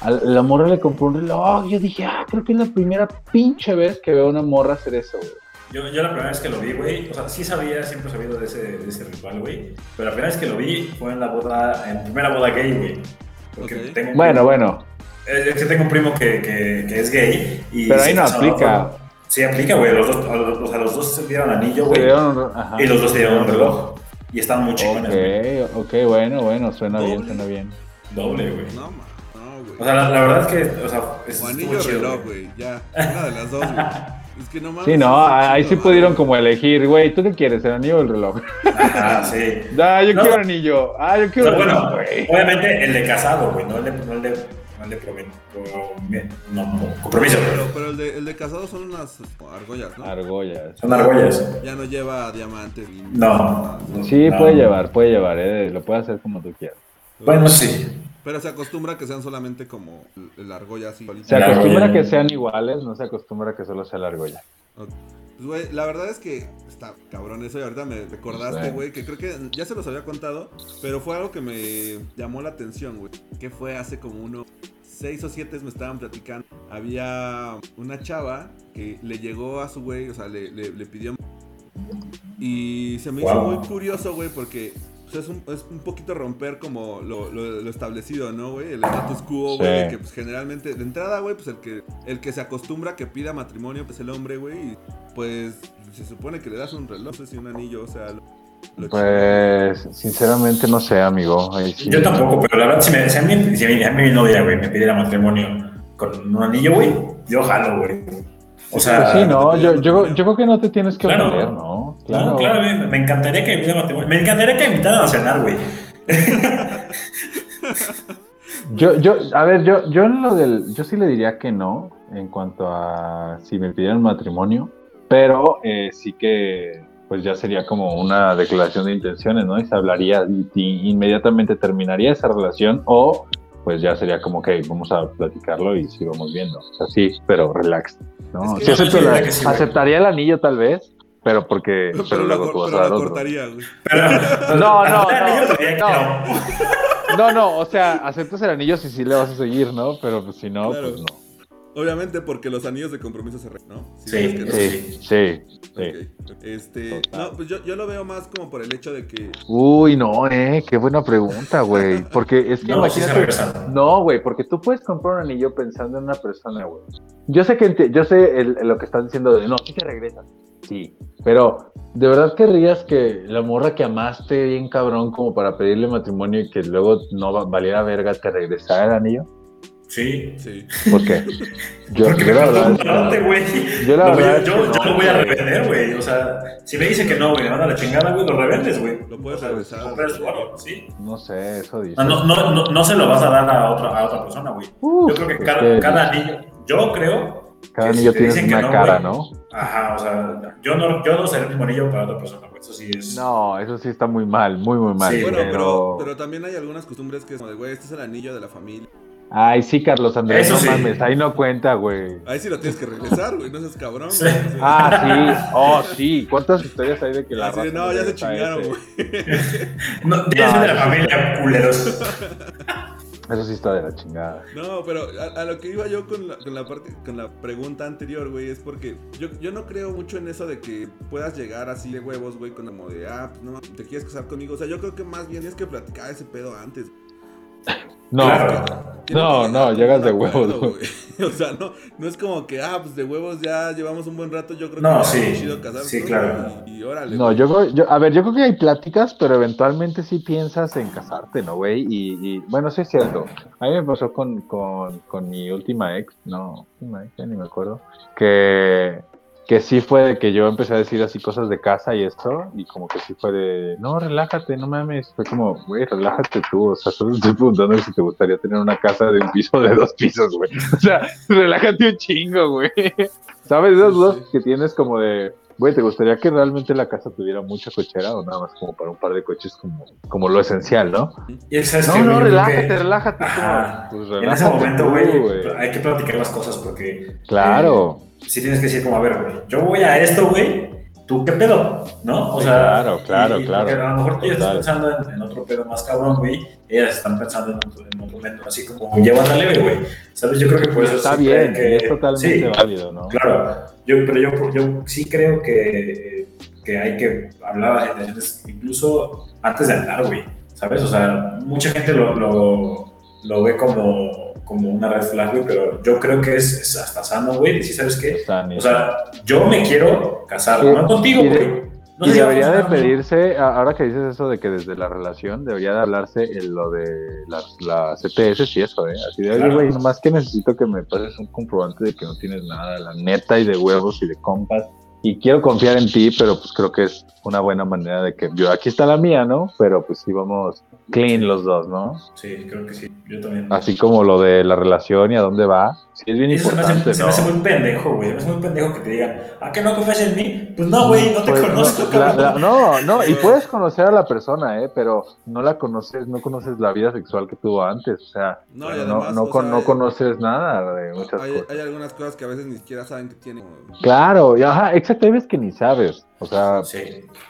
[SPEAKER 7] a la morra le compró un reloj. Yo dije, ah, creo que es la primera pinche vez que veo a una morra hacer eso, güey.
[SPEAKER 5] Yo, yo la primera vez que lo vi, güey, o sea, sí sabía, siempre he sabido de ese, de ese ritual, güey. Pero la primera vez que lo vi fue en la boda, en la primera boda gay, güey. Porque
[SPEAKER 6] Ok.
[SPEAKER 5] tengo un
[SPEAKER 7] Bueno,
[SPEAKER 5] primo- eh,
[SPEAKER 7] bueno,
[SPEAKER 5] Es es que tengo un primo que, que, que es gay. Y
[SPEAKER 7] pero
[SPEAKER 5] se
[SPEAKER 7] ahí no
[SPEAKER 5] casaba
[SPEAKER 7] aplica.
[SPEAKER 5] con- Sí, aplica, güey. Los dos, a los, o sea, los dos se dieron anillo, güey.
[SPEAKER 7] Se dieron un- ajá.
[SPEAKER 5] Y los dos se dieron un reloj. Y están muy chingones, güey.
[SPEAKER 7] Ok, ok, bueno, bueno, suena bien,
[SPEAKER 6] Doble.
[SPEAKER 7] suena bien.
[SPEAKER 5] Doble, güey.
[SPEAKER 6] No, ma, no, güey.
[SPEAKER 5] O sea, la, la verdad es que, o sea, es
[SPEAKER 6] O
[SPEAKER 5] estuvo
[SPEAKER 6] anillo o
[SPEAKER 5] chido,
[SPEAKER 6] reloj, güey. Ya, una de las dos, güey. Es que no mames.
[SPEAKER 7] Sí, no,
[SPEAKER 6] está
[SPEAKER 7] ahí
[SPEAKER 6] chido, ¿eh?
[SPEAKER 7] sí
[SPEAKER 6] ¿no?
[SPEAKER 7] pudieron como elegir, güey, ¿tú qué quieres, el anillo o el reloj?
[SPEAKER 5] Ajá, sí.
[SPEAKER 7] Ah, yo
[SPEAKER 5] No.
[SPEAKER 7] quiero anillo, ah, yo quiero
[SPEAKER 5] No,
[SPEAKER 7] reloj,
[SPEAKER 5] bueno,
[SPEAKER 7] güey.
[SPEAKER 5] obviamente el de casado, güey, no el de, no el de, no el de promen- promen- no, no, compromiso.
[SPEAKER 6] Pero, pero el, de, el de casado son unas argollas, ¿no?
[SPEAKER 7] Argollas.
[SPEAKER 5] Son argollas.
[SPEAKER 6] Ya no lleva diamantes. ni-
[SPEAKER 5] No.
[SPEAKER 7] Sí,
[SPEAKER 5] No.
[SPEAKER 7] puede llevar, puede llevar, eh, lo puede hacer como tú quieras.
[SPEAKER 5] Bueno, sí.
[SPEAKER 6] Pero se acostumbra a que sean solamente como el- el argolla así. solita.
[SPEAKER 7] Se
[SPEAKER 5] La
[SPEAKER 7] acostumbra
[SPEAKER 5] argolla.
[SPEAKER 7] que sean iguales, no se acostumbra que solo sea la argolla.
[SPEAKER 6] Pues, güey, la verdad es que está cabrón eso y ahorita me recordaste,
[SPEAKER 7] Sí.
[SPEAKER 6] güey, que creo que ya se los había contado, pero fue algo que me llamó la atención, güey. Que fue hace como unos seis o siete me estaban platicando. Había una chava que le llegó a su güey, o sea, le, le- le pidió... Y se me hizo
[SPEAKER 5] Wow.
[SPEAKER 6] muy curioso, güey, porque pues, es, un, es un poquito romper como lo, lo- lo establecido, ¿no, güey? El status quo, güey,
[SPEAKER 7] Sí.
[SPEAKER 6] de que pues, generalmente de entrada, güey, pues el que, el que se acostumbra que pida matrimonio, pues el hombre, güey, y pues se supone que le das un reloj, no sé si un anillo, o sea, lo, lo
[SPEAKER 7] Pues, sinceramente no sé, amigo. ahí sí.
[SPEAKER 5] Yo tampoco, pero la verdad, si, me, si, a, mí, si a, mí, a mí mi novia, güey, me pidiera matrimonio con un anillo, güey, yo jalo, güey. O sea,
[SPEAKER 7] Pues sí, no, yo, yo, yo creo que no te tienes que
[SPEAKER 5] Claro.
[SPEAKER 7] ofender, ¿no? Claro.
[SPEAKER 5] no, claro, güey, me encantaría que me pidiera matrimonio. Me encantaría que me invitaran a cenar, güey.
[SPEAKER 7] Yo, yo, a ver, yo, yo en lo del, yo sí le diría que no en cuanto a si me pidieran matrimonio, pero eh, sí que pues ya sería como una declaración de intenciones, ¿no? Y se hablaría y, y inmediatamente terminaría esa relación o pues ya sería como que vamos a platicarlo y sigamos viendo. O sea, sí, pero relax,
[SPEAKER 6] Es
[SPEAKER 7] ¿no?
[SPEAKER 6] que
[SPEAKER 7] Sí
[SPEAKER 6] yo
[SPEAKER 7] acepto
[SPEAKER 5] diría
[SPEAKER 7] la-
[SPEAKER 5] que sí, güey.
[SPEAKER 7] aceptaría el anillo tal vez, pero porque
[SPEAKER 6] Pero,
[SPEAKER 7] pero, luego
[SPEAKER 6] lo,
[SPEAKER 7] tú
[SPEAKER 6] cor-
[SPEAKER 7] vas
[SPEAKER 6] pero
[SPEAKER 7] a dar
[SPEAKER 6] lo
[SPEAKER 7] otro.
[SPEAKER 6] cortaría, güey.
[SPEAKER 5] Pero,
[SPEAKER 7] No, no,
[SPEAKER 5] Al anillo
[SPEAKER 7] no,
[SPEAKER 5] te diría que
[SPEAKER 7] no.
[SPEAKER 5] no.
[SPEAKER 7] No, no, o sea, aceptas el anillo si sí le vas a seguir, ¿no? Pero pues, si no,
[SPEAKER 6] Claro.
[SPEAKER 7] pues no.
[SPEAKER 6] Obviamente porque los anillos de compromiso se re, ¿no?
[SPEAKER 5] Sí,
[SPEAKER 6] es que no.
[SPEAKER 7] Sí, sí, sí.
[SPEAKER 6] Ok. Este,
[SPEAKER 7] Total.
[SPEAKER 6] no, pues yo, yo lo veo más como por el hecho de que
[SPEAKER 7] Uy, no, eh, qué buena pregunta, güey. Porque es que
[SPEAKER 5] No, sí se
[SPEAKER 7] imagínate.
[SPEAKER 5] regresan.
[SPEAKER 7] No, güey, porque tú puedes comprar un anillo pensando en una persona, güey. Yo sé que enti- yo sé el- lo que están diciendo de no, sí te regresas. Sí, pero ¿de verdad querrías que la morra que amaste bien cabrón como para pedirle matrimonio y que luego no va- valiera verga te regresara el anillo?
[SPEAKER 5] Sí.
[SPEAKER 6] sí,
[SPEAKER 7] ¿Por qué? Yo,
[SPEAKER 5] Porque me
[SPEAKER 7] yo la
[SPEAKER 5] costó
[SPEAKER 7] verdad
[SPEAKER 5] un
[SPEAKER 7] es que no.
[SPEAKER 5] parote, güey.
[SPEAKER 7] Yo la
[SPEAKER 5] Lo voy a-
[SPEAKER 7] verdad es
[SPEAKER 5] yo-
[SPEAKER 7] que
[SPEAKER 5] yo
[SPEAKER 7] no,
[SPEAKER 5] lo voy a
[SPEAKER 7] güey.
[SPEAKER 5] revender, güey. O sea, si me dicen que no, güey, me van a la chingada, güey, lo revendes, güey.
[SPEAKER 6] lo puedes
[SPEAKER 5] O sea,
[SPEAKER 6] regresar.
[SPEAKER 5] compras tu valor, sí.
[SPEAKER 7] No sé, eso dice.
[SPEAKER 5] O sea, Ah, No, no, no, no se lo vas a dar a otra, a otra persona, güey.
[SPEAKER 7] Uf,
[SPEAKER 5] Yo creo que
[SPEAKER 7] es
[SPEAKER 5] cada,
[SPEAKER 7] que-
[SPEAKER 5] cada anillo, yo creo
[SPEAKER 7] Cada
[SPEAKER 5] Que si
[SPEAKER 7] anillo
[SPEAKER 5] te
[SPEAKER 7] tiene
[SPEAKER 5] dicen que
[SPEAKER 7] una
[SPEAKER 5] no,
[SPEAKER 7] cara,
[SPEAKER 5] güey. pues,
[SPEAKER 7] ¿no?
[SPEAKER 5] Ajá, o sea, yo no, yo no seré el mismo anillo para otra persona, güey. Eso sí es.
[SPEAKER 7] No, eso sí está muy mal, muy, muy mal.
[SPEAKER 5] Sí,
[SPEAKER 6] Bueno,
[SPEAKER 7] pero...
[SPEAKER 6] pero, pero también hay algunas costumbres que es como de, güey, este es el anillo de la familia.
[SPEAKER 7] Ay, sí, Carlos Andrés,
[SPEAKER 5] Eso
[SPEAKER 7] no
[SPEAKER 5] sí.
[SPEAKER 7] mames, ahí no cuenta, güey.
[SPEAKER 6] Ahí sí lo tienes que regresar, güey, no seas cabrón.
[SPEAKER 5] Sí.
[SPEAKER 6] güey. O sea,
[SPEAKER 7] Ah, sí, oh, sí. ¿Cuántas historias hay de que la
[SPEAKER 6] así de,
[SPEAKER 7] raza
[SPEAKER 6] no, ya se
[SPEAKER 7] regresa a
[SPEAKER 6] chingaron,
[SPEAKER 7] ese?
[SPEAKER 6] güey.
[SPEAKER 5] No, tienes
[SPEAKER 7] No,
[SPEAKER 5] de la
[SPEAKER 7] no.
[SPEAKER 5] familia, culeros.
[SPEAKER 7] Eso sí está de la chingada.
[SPEAKER 6] No, pero a, a lo que iba yo con la, con la parte, con la pregunta anterior, güey, es porque yo, yo no creo mucho en eso de que puedas llegar así de huevos, güey, con como de, ah, pues, no, te quieres casar conmigo. O sea, yo creo que más bien tienes que platicar ese pedo antes.
[SPEAKER 7] No,
[SPEAKER 5] Claro.
[SPEAKER 7] No, no, llegas de huevos, güey.
[SPEAKER 6] güey. O sea, no, no es como que, ah, pues de huevos ya llevamos un buen rato, yo creo
[SPEAKER 5] No,
[SPEAKER 6] que
[SPEAKER 5] sí.
[SPEAKER 6] es chido casarnos.
[SPEAKER 5] Sí,
[SPEAKER 6] ¿no?
[SPEAKER 5] claro.
[SPEAKER 6] Y, y órale.
[SPEAKER 7] no,
[SPEAKER 6] güey.
[SPEAKER 7] yo, creo- yo, a ver, yo creo que hay pláticas, pero eventualmente sí piensas en casarte, ¿no, güey? Y, y, bueno, sí es cierto. A mí me pasó con, con, con mi última ex, no, última ex, ya ni me acuerdo, que, que sí fue de que yo empecé a decir así cosas de casa y esto, y como que sí fue de, no, relájate, no mames. Fue como, güey, relájate tú, o sea, solo estoy preguntando si te gustaría tener una casa de un piso de dos pisos, güey. O sea, relájate un chingo, güey. ¿Sabes? Esos
[SPEAKER 6] Sí,
[SPEAKER 7] dos
[SPEAKER 6] sí.
[SPEAKER 7] que tienes como de, güey, ¿te gustaría que realmente la casa tuviera mucha cochera o nada más como para un par de coches como, como lo esencial, no?
[SPEAKER 5] Y esa es
[SPEAKER 7] No,
[SPEAKER 5] que,
[SPEAKER 7] no,
[SPEAKER 5] güey, yo
[SPEAKER 7] relájate,
[SPEAKER 5] creo que
[SPEAKER 7] relájate. es como,
[SPEAKER 5] Ajá.
[SPEAKER 7] pues,
[SPEAKER 5] En ese
[SPEAKER 7] relájate
[SPEAKER 5] momento,
[SPEAKER 7] tú,
[SPEAKER 5] güey, pues, hay que platicar las cosas porque.
[SPEAKER 7] Claro,
[SPEAKER 5] Si tienes que decir, como, a ver, güey, yo voy a esto, güey, ¿tú qué pedo? ¿No? O
[SPEAKER 7] Sí,
[SPEAKER 5] sea.
[SPEAKER 7] claro, claro,
[SPEAKER 5] y-
[SPEAKER 7] claro.
[SPEAKER 5] porque A lo mejor tú ya estás
[SPEAKER 7] Total.
[SPEAKER 5] pensando en, en otro pedo más cabrón, güey. Ellas están pensando en otro, en otro momento, así como, llévate leve, güey. ¿Sabes? Yo creo que por eso.
[SPEAKER 7] está
[SPEAKER 5] siempre hay
[SPEAKER 7] bien,
[SPEAKER 5] pues, que-
[SPEAKER 7] y es totalmente
[SPEAKER 5] Sí,
[SPEAKER 7] válido, ¿no?
[SPEAKER 5] Claro, yo, pero yo, yo sí creo que, que hay que hablar a las intenciones incluso antes de andar, güey. ¿Sabes? O sea, mucha gente lo, lo, lo ve como, como una red flag, güey, pero yo creo que es, es hasta sano, güey. Si sabes qué.
[SPEAKER 7] Está ni-
[SPEAKER 5] O sea, yo me quiero casar,
[SPEAKER 7] Sí,
[SPEAKER 5] no contigo,
[SPEAKER 7] y de-
[SPEAKER 5] güey. No
[SPEAKER 7] y
[SPEAKER 5] sé si va a
[SPEAKER 7] debería de
[SPEAKER 5] funcionar, ¿no?
[SPEAKER 7] pedirse, a- ahora que dices eso de que desde la relación debería de hablarse en lo de las, las CTS y eso, ¿eh? Así de, oye,
[SPEAKER 5] Claro.
[SPEAKER 7] güey, nomás que necesito que me pases un comprobante de que no tienes nada, la neta, y de huevos y de compas. Y quiero confiar en ti, pero pues creo que es una buena manera de que yo, aquí está la mía, ¿no? Pero pues sí vamos clean los dos, ¿no?
[SPEAKER 5] Sí, creo que sí. Yo también.
[SPEAKER 7] Así como lo de la relación y a dónde va. Sí, es bien
[SPEAKER 5] Eso se me,
[SPEAKER 7] importante,
[SPEAKER 5] hace, se me
[SPEAKER 7] ¿no?
[SPEAKER 5] hace muy pendejo, güey. Es muy pendejo que te digan, ¿a qué no confías en mí? Pues no, güey, no te
[SPEAKER 7] Pues,
[SPEAKER 5] conozco,
[SPEAKER 7] la-
[SPEAKER 5] cabrón.
[SPEAKER 7] la- no, no, y puedes conocer a la persona, ¿eh? pero no la conoces, no conoces la vida sexual que tuvo antes, o sea,
[SPEAKER 6] No,
[SPEAKER 7] no,
[SPEAKER 6] y además,
[SPEAKER 7] no
[SPEAKER 6] o
[SPEAKER 7] con-
[SPEAKER 6] sea,
[SPEAKER 7] no
[SPEAKER 6] eh,
[SPEAKER 7] conoces nada de muchas
[SPEAKER 6] hay,
[SPEAKER 7] cosas.
[SPEAKER 6] hay algunas cosas que a veces ni siquiera saben que tienen. como-
[SPEAKER 7] Claro, y ajá, exacto, hay veces que ni sabes, o sea,
[SPEAKER 5] Sí.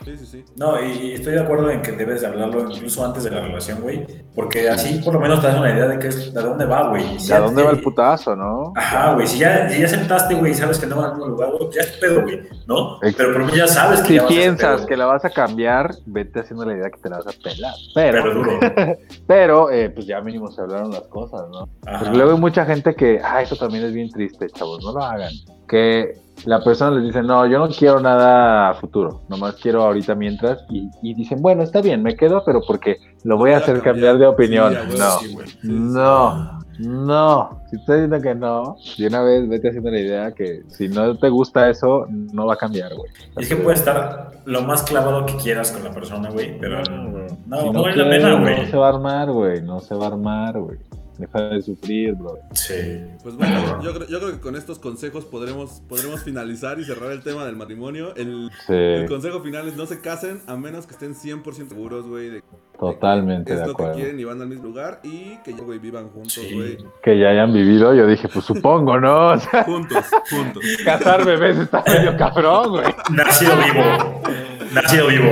[SPEAKER 6] Sí, sí, sí.
[SPEAKER 5] No, y estoy de acuerdo en que debes de hablarlo incluso antes de la relación, güey. Porque así por lo menos te das una idea de, qué es, de dónde va, güey.
[SPEAKER 7] ¿a dónde va el putazo, no?
[SPEAKER 5] Ajá, güey. Si ya, si ya aceptaste, güey, y sabes que no va a algún lugar, güey, ya es pedo, güey. ¿No?
[SPEAKER 7] Ex-
[SPEAKER 5] Pero por mí ya sabes que
[SPEAKER 7] Si
[SPEAKER 5] ya vas a hacer
[SPEAKER 7] piensas
[SPEAKER 5] pedo,
[SPEAKER 7] que la vas a cambiar, vete haciendo la idea que te la vas a pelar, pero,
[SPEAKER 5] Pero duro.
[SPEAKER 7] pero eh, pues ya mínimo se hablaron las cosas, ¿no?
[SPEAKER 5] Ajá.
[SPEAKER 7] Porque Pues luego hay mucha gente que, ah, eso también es bien triste, chavos, no lo hagan. Que la persona les dice, no, yo no quiero nada a futuro, nomás quiero ahorita mientras. Y, y dicen, bueno, está bien, me quedo, pero porque lo voy
[SPEAKER 6] Voy
[SPEAKER 7] a
[SPEAKER 6] a
[SPEAKER 7] hacer
[SPEAKER 6] cambiar.
[SPEAKER 7] cambiar de opinión.
[SPEAKER 6] Sí, a huevo,
[SPEAKER 7] no,
[SPEAKER 5] Sí, güey.
[SPEAKER 7] no, no. Si estás diciendo que no, de una vez vete haciendo la idea que si no te gusta eso, no va a cambiar, güey.
[SPEAKER 5] Y Es que puedes estar lo más clavado que quieras con la persona, güey, pero
[SPEAKER 7] Mm.
[SPEAKER 5] no, no,
[SPEAKER 7] Si
[SPEAKER 5] vale la
[SPEAKER 7] quieres,
[SPEAKER 5] pena,
[SPEAKER 7] No
[SPEAKER 5] güey.
[SPEAKER 7] se va a armar, güey, no se va a armar, güey. Deja de sufrir, bro.
[SPEAKER 5] Sí.
[SPEAKER 6] Pues bueno, yo, creo- yo creo que con estos consejos podremos, podremos finalizar y cerrar el tema del matrimonio. El, el
[SPEAKER 7] Sí,
[SPEAKER 6] consejo final es no se casen a menos que estén 100% seguros, güey, de que
[SPEAKER 7] totalmente
[SPEAKER 6] es
[SPEAKER 7] de
[SPEAKER 6] lo que
[SPEAKER 7] acuerdo.
[SPEAKER 6] quieren y van al mismo lugar y que, güey, vivan juntos,
[SPEAKER 5] Sí.
[SPEAKER 6] güey.
[SPEAKER 7] que ya hayan vivido, yo dije, pues supongo, ¿no? O sea,
[SPEAKER 6] Juntos, juntos.
[SPEAKER 7] cazar bebés está medio cabrón, güey.
[SPEAKER 5] Nacido vivo. Nacido vivo.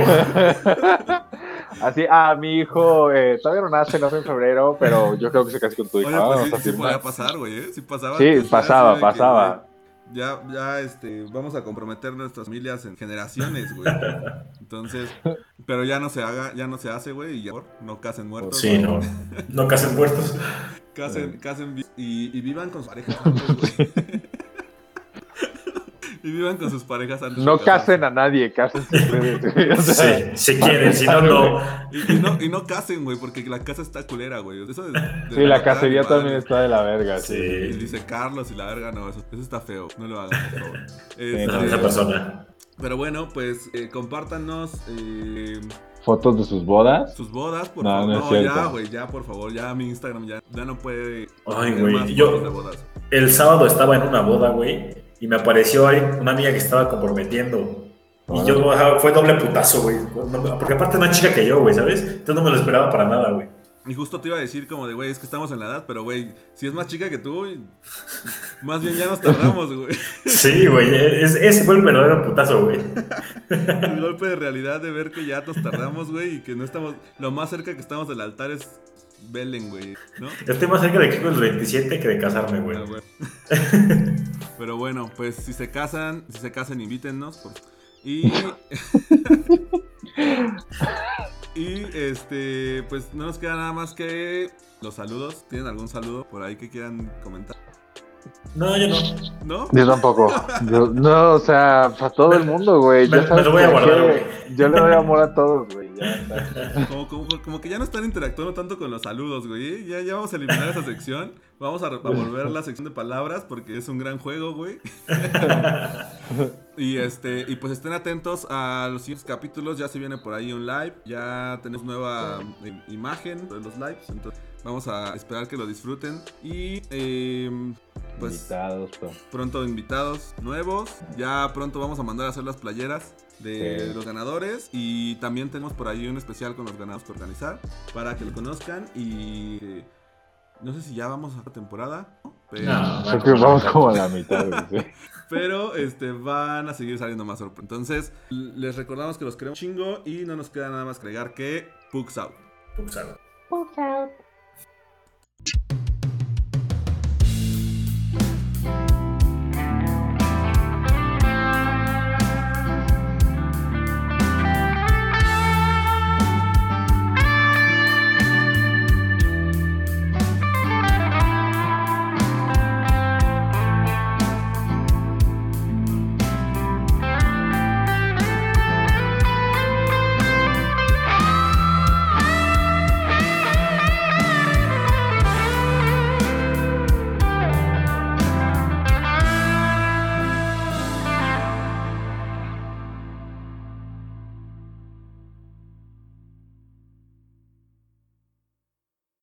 [SPEAKER 7] Así, ah, mi hijo eh, todavía no nace, nace en febrero, pero yo creo que se casó con tu hijo.
[SPEAKER 6] Oye,
[SPEAKER 7] Ah,
[SPEAKER 6] pues
[SPEAKER 7] o
[SPEAKER 6] sí,
[SPEAKER 7] sea,
[SPEAKER 6] sí
[SPEAKER 7] sí,
[SPEAKER 6] podía
[SPEAKER 7] ma-
[SPEAKER 6] pasar, güey, ¿eh? Sí pasaba.
[SPEAKER 7] Sí,
[SPEAKER 6] Que fuera
[SPEAKER 7] pasaba,
[SPEAKER 6] así de que,
[SPEAKER 7] pasaba.
[SPEAKER 6] güey, Ya, ya, este, vamos a comprometer nuestras familias en generaciones, güey. Entonces, pero ya no se haga, ya no se hace, güey, y ya, por favor, no casen muertos.
[SPEAKER 5] Sí,
[SPEAKER 6] güey.
[SPEAKER 5] no. No casen puertos.
[SPEAKER 6] Casen, casen vi- y, y vivan con sus parejas antes, güey. y vivan con sus parejas antes. de
[SPEAKER 7] No
[SPEAKER 6] casarse.
[SPEAKER 7] casen a nadie, casen ustedes. güey, o sea,
[SPEAKER 5] Sí, si quieren, si no, no.
[SPEAKER 6] Y, y no, y no casen, güey, porque la casa está culera, güey. Eso de- de
[SPEAKER 7] Sí, la
[SPEAKER 6] matar
[SPEAKER 7] cacería
[SPEAKER 6] animales.
[SPEAKER 7] también está de la verga, sí.
[SPEAKER 6] Y
[SPEAKER 5] Sí,
[SPEAKER 6] dice Carlos y la verga, no, eso, eso está feo. No lo hagan, por favor. Este,
[SPEAKER 5] no, esa persona.
[SPEAKER 6] pero bueno, pues eh, compártanos eh,
[SPEAKER 7] Fotos de sus bodas.
[SPEAKER 6] sus bodas, por
[SPEAKER 7] No,
[SPEAKER 6] favor.
[SPEAKER 7] no
[SPEAKER 6] No,
[SPEAKER 7] es cierto.
[SPEAKER 6] ya, güey, ya, por favor, ya mi Instagram ya, ya no puede.
[SPEAKER 5] Ay,
[SPEAKER 6] tener
[SPEAKER 5] güey,
[SPEAKER 6] más
[SPEAKER 5] yo-
[SPEAKER 6] fotos de bodas.
[SPEAKER 5] el sábado estaba en una boda, güey, y me apareció ahí una amiga que estaba comprometiendo. Y yo, ajá, fue doble putazo, güey. No me- Porque aparte es más chica que yo, güey, ¿sabes? Entonces no me lo esperaba para nada, güey.
[SPEAKER 6] Y justo te iba a decir como de, güey, es que estamos en la edad, pero güey, si es más chica que tú, güey, más bien ya nos tardamos, güey.
[SPEAKER 5] Sí, güey, es- ese fue el verdadero putazo, güey.
[SPEAKER 6] El golpe de realidad de ver que ya nos tardamos, güey, y que no estamos, lo más cerca que estamos del altar es Belén, güey, ¿no?
[SPEAKER 5] Estoy más cerca de que con los 27 que de casarme, güey.
[SPEAKER 6] Ah, güey. Pero bueno, pues si se casan, si se casan, invítennos. por- Y. y este, pues no nos queda nada más que los saludos. ¿Tienen algún saludo por ahí que quieran comentar?
[SPEAKER 5] No, yo no.
[SPEAKER 6] ¿No?
[SPEAKER 7] Yo tampoco. Yo- no, o sea, para todo el mundo, güey.
[SPEAKER 5] Me-
[SPEAKER 7] Ya
[SPEAKER 5] me
[SPEAKER 7] sabes
[SPEAKER 5] lo voy a
[SPEAKER 7] que
[SPEAKER 5] guardar,
[SPEAKER 7] yo-
[SPEAKER 5] güey.
[SPEAKER 7] Yo le doy amor a todos, güey. ya está.
[SPEAKER 6] Como, como- como que ya no están interactuando tanto con los saludos, güey. ¿eh? Ya, ya vamos a eliminar esa sección. Vamos a, re- a volver la sección de palabras porque es un gran juego, güey. y este y pues estén atentos a los siguientes capítulos. Ya se viene por ahí un live. Ya tenemos nueva eh, imagen de los lives. Entonces vamos a esperar que lo disfruten. Y eh, pues
[SPEAKER 7] Invitados, pues.
[SPEAKER 6] pronto invitados nuevos. Ya pronto vamos a mandar a hacer las playeras de
[SPEAKER 7] Sí.
[SPEAKER 6] los ganadores y también tenemos por ahí un especial con los ganados que organizar para que lo conozcan y eh, no sé si ya vamos a la temporada, ¿no? pero,
[SPEAKER 5] No,
[SPEAKER 7] Creo que vamos como a la mitad, güey. sí.
[SPEAKER 6] pero, este van a seguir saliendo más sorpresas. Entonces, l- les recordamos que los queremos chingo y no nos queda nada más que agregar que Pugs out.
[SPEAKER 5] Putazo.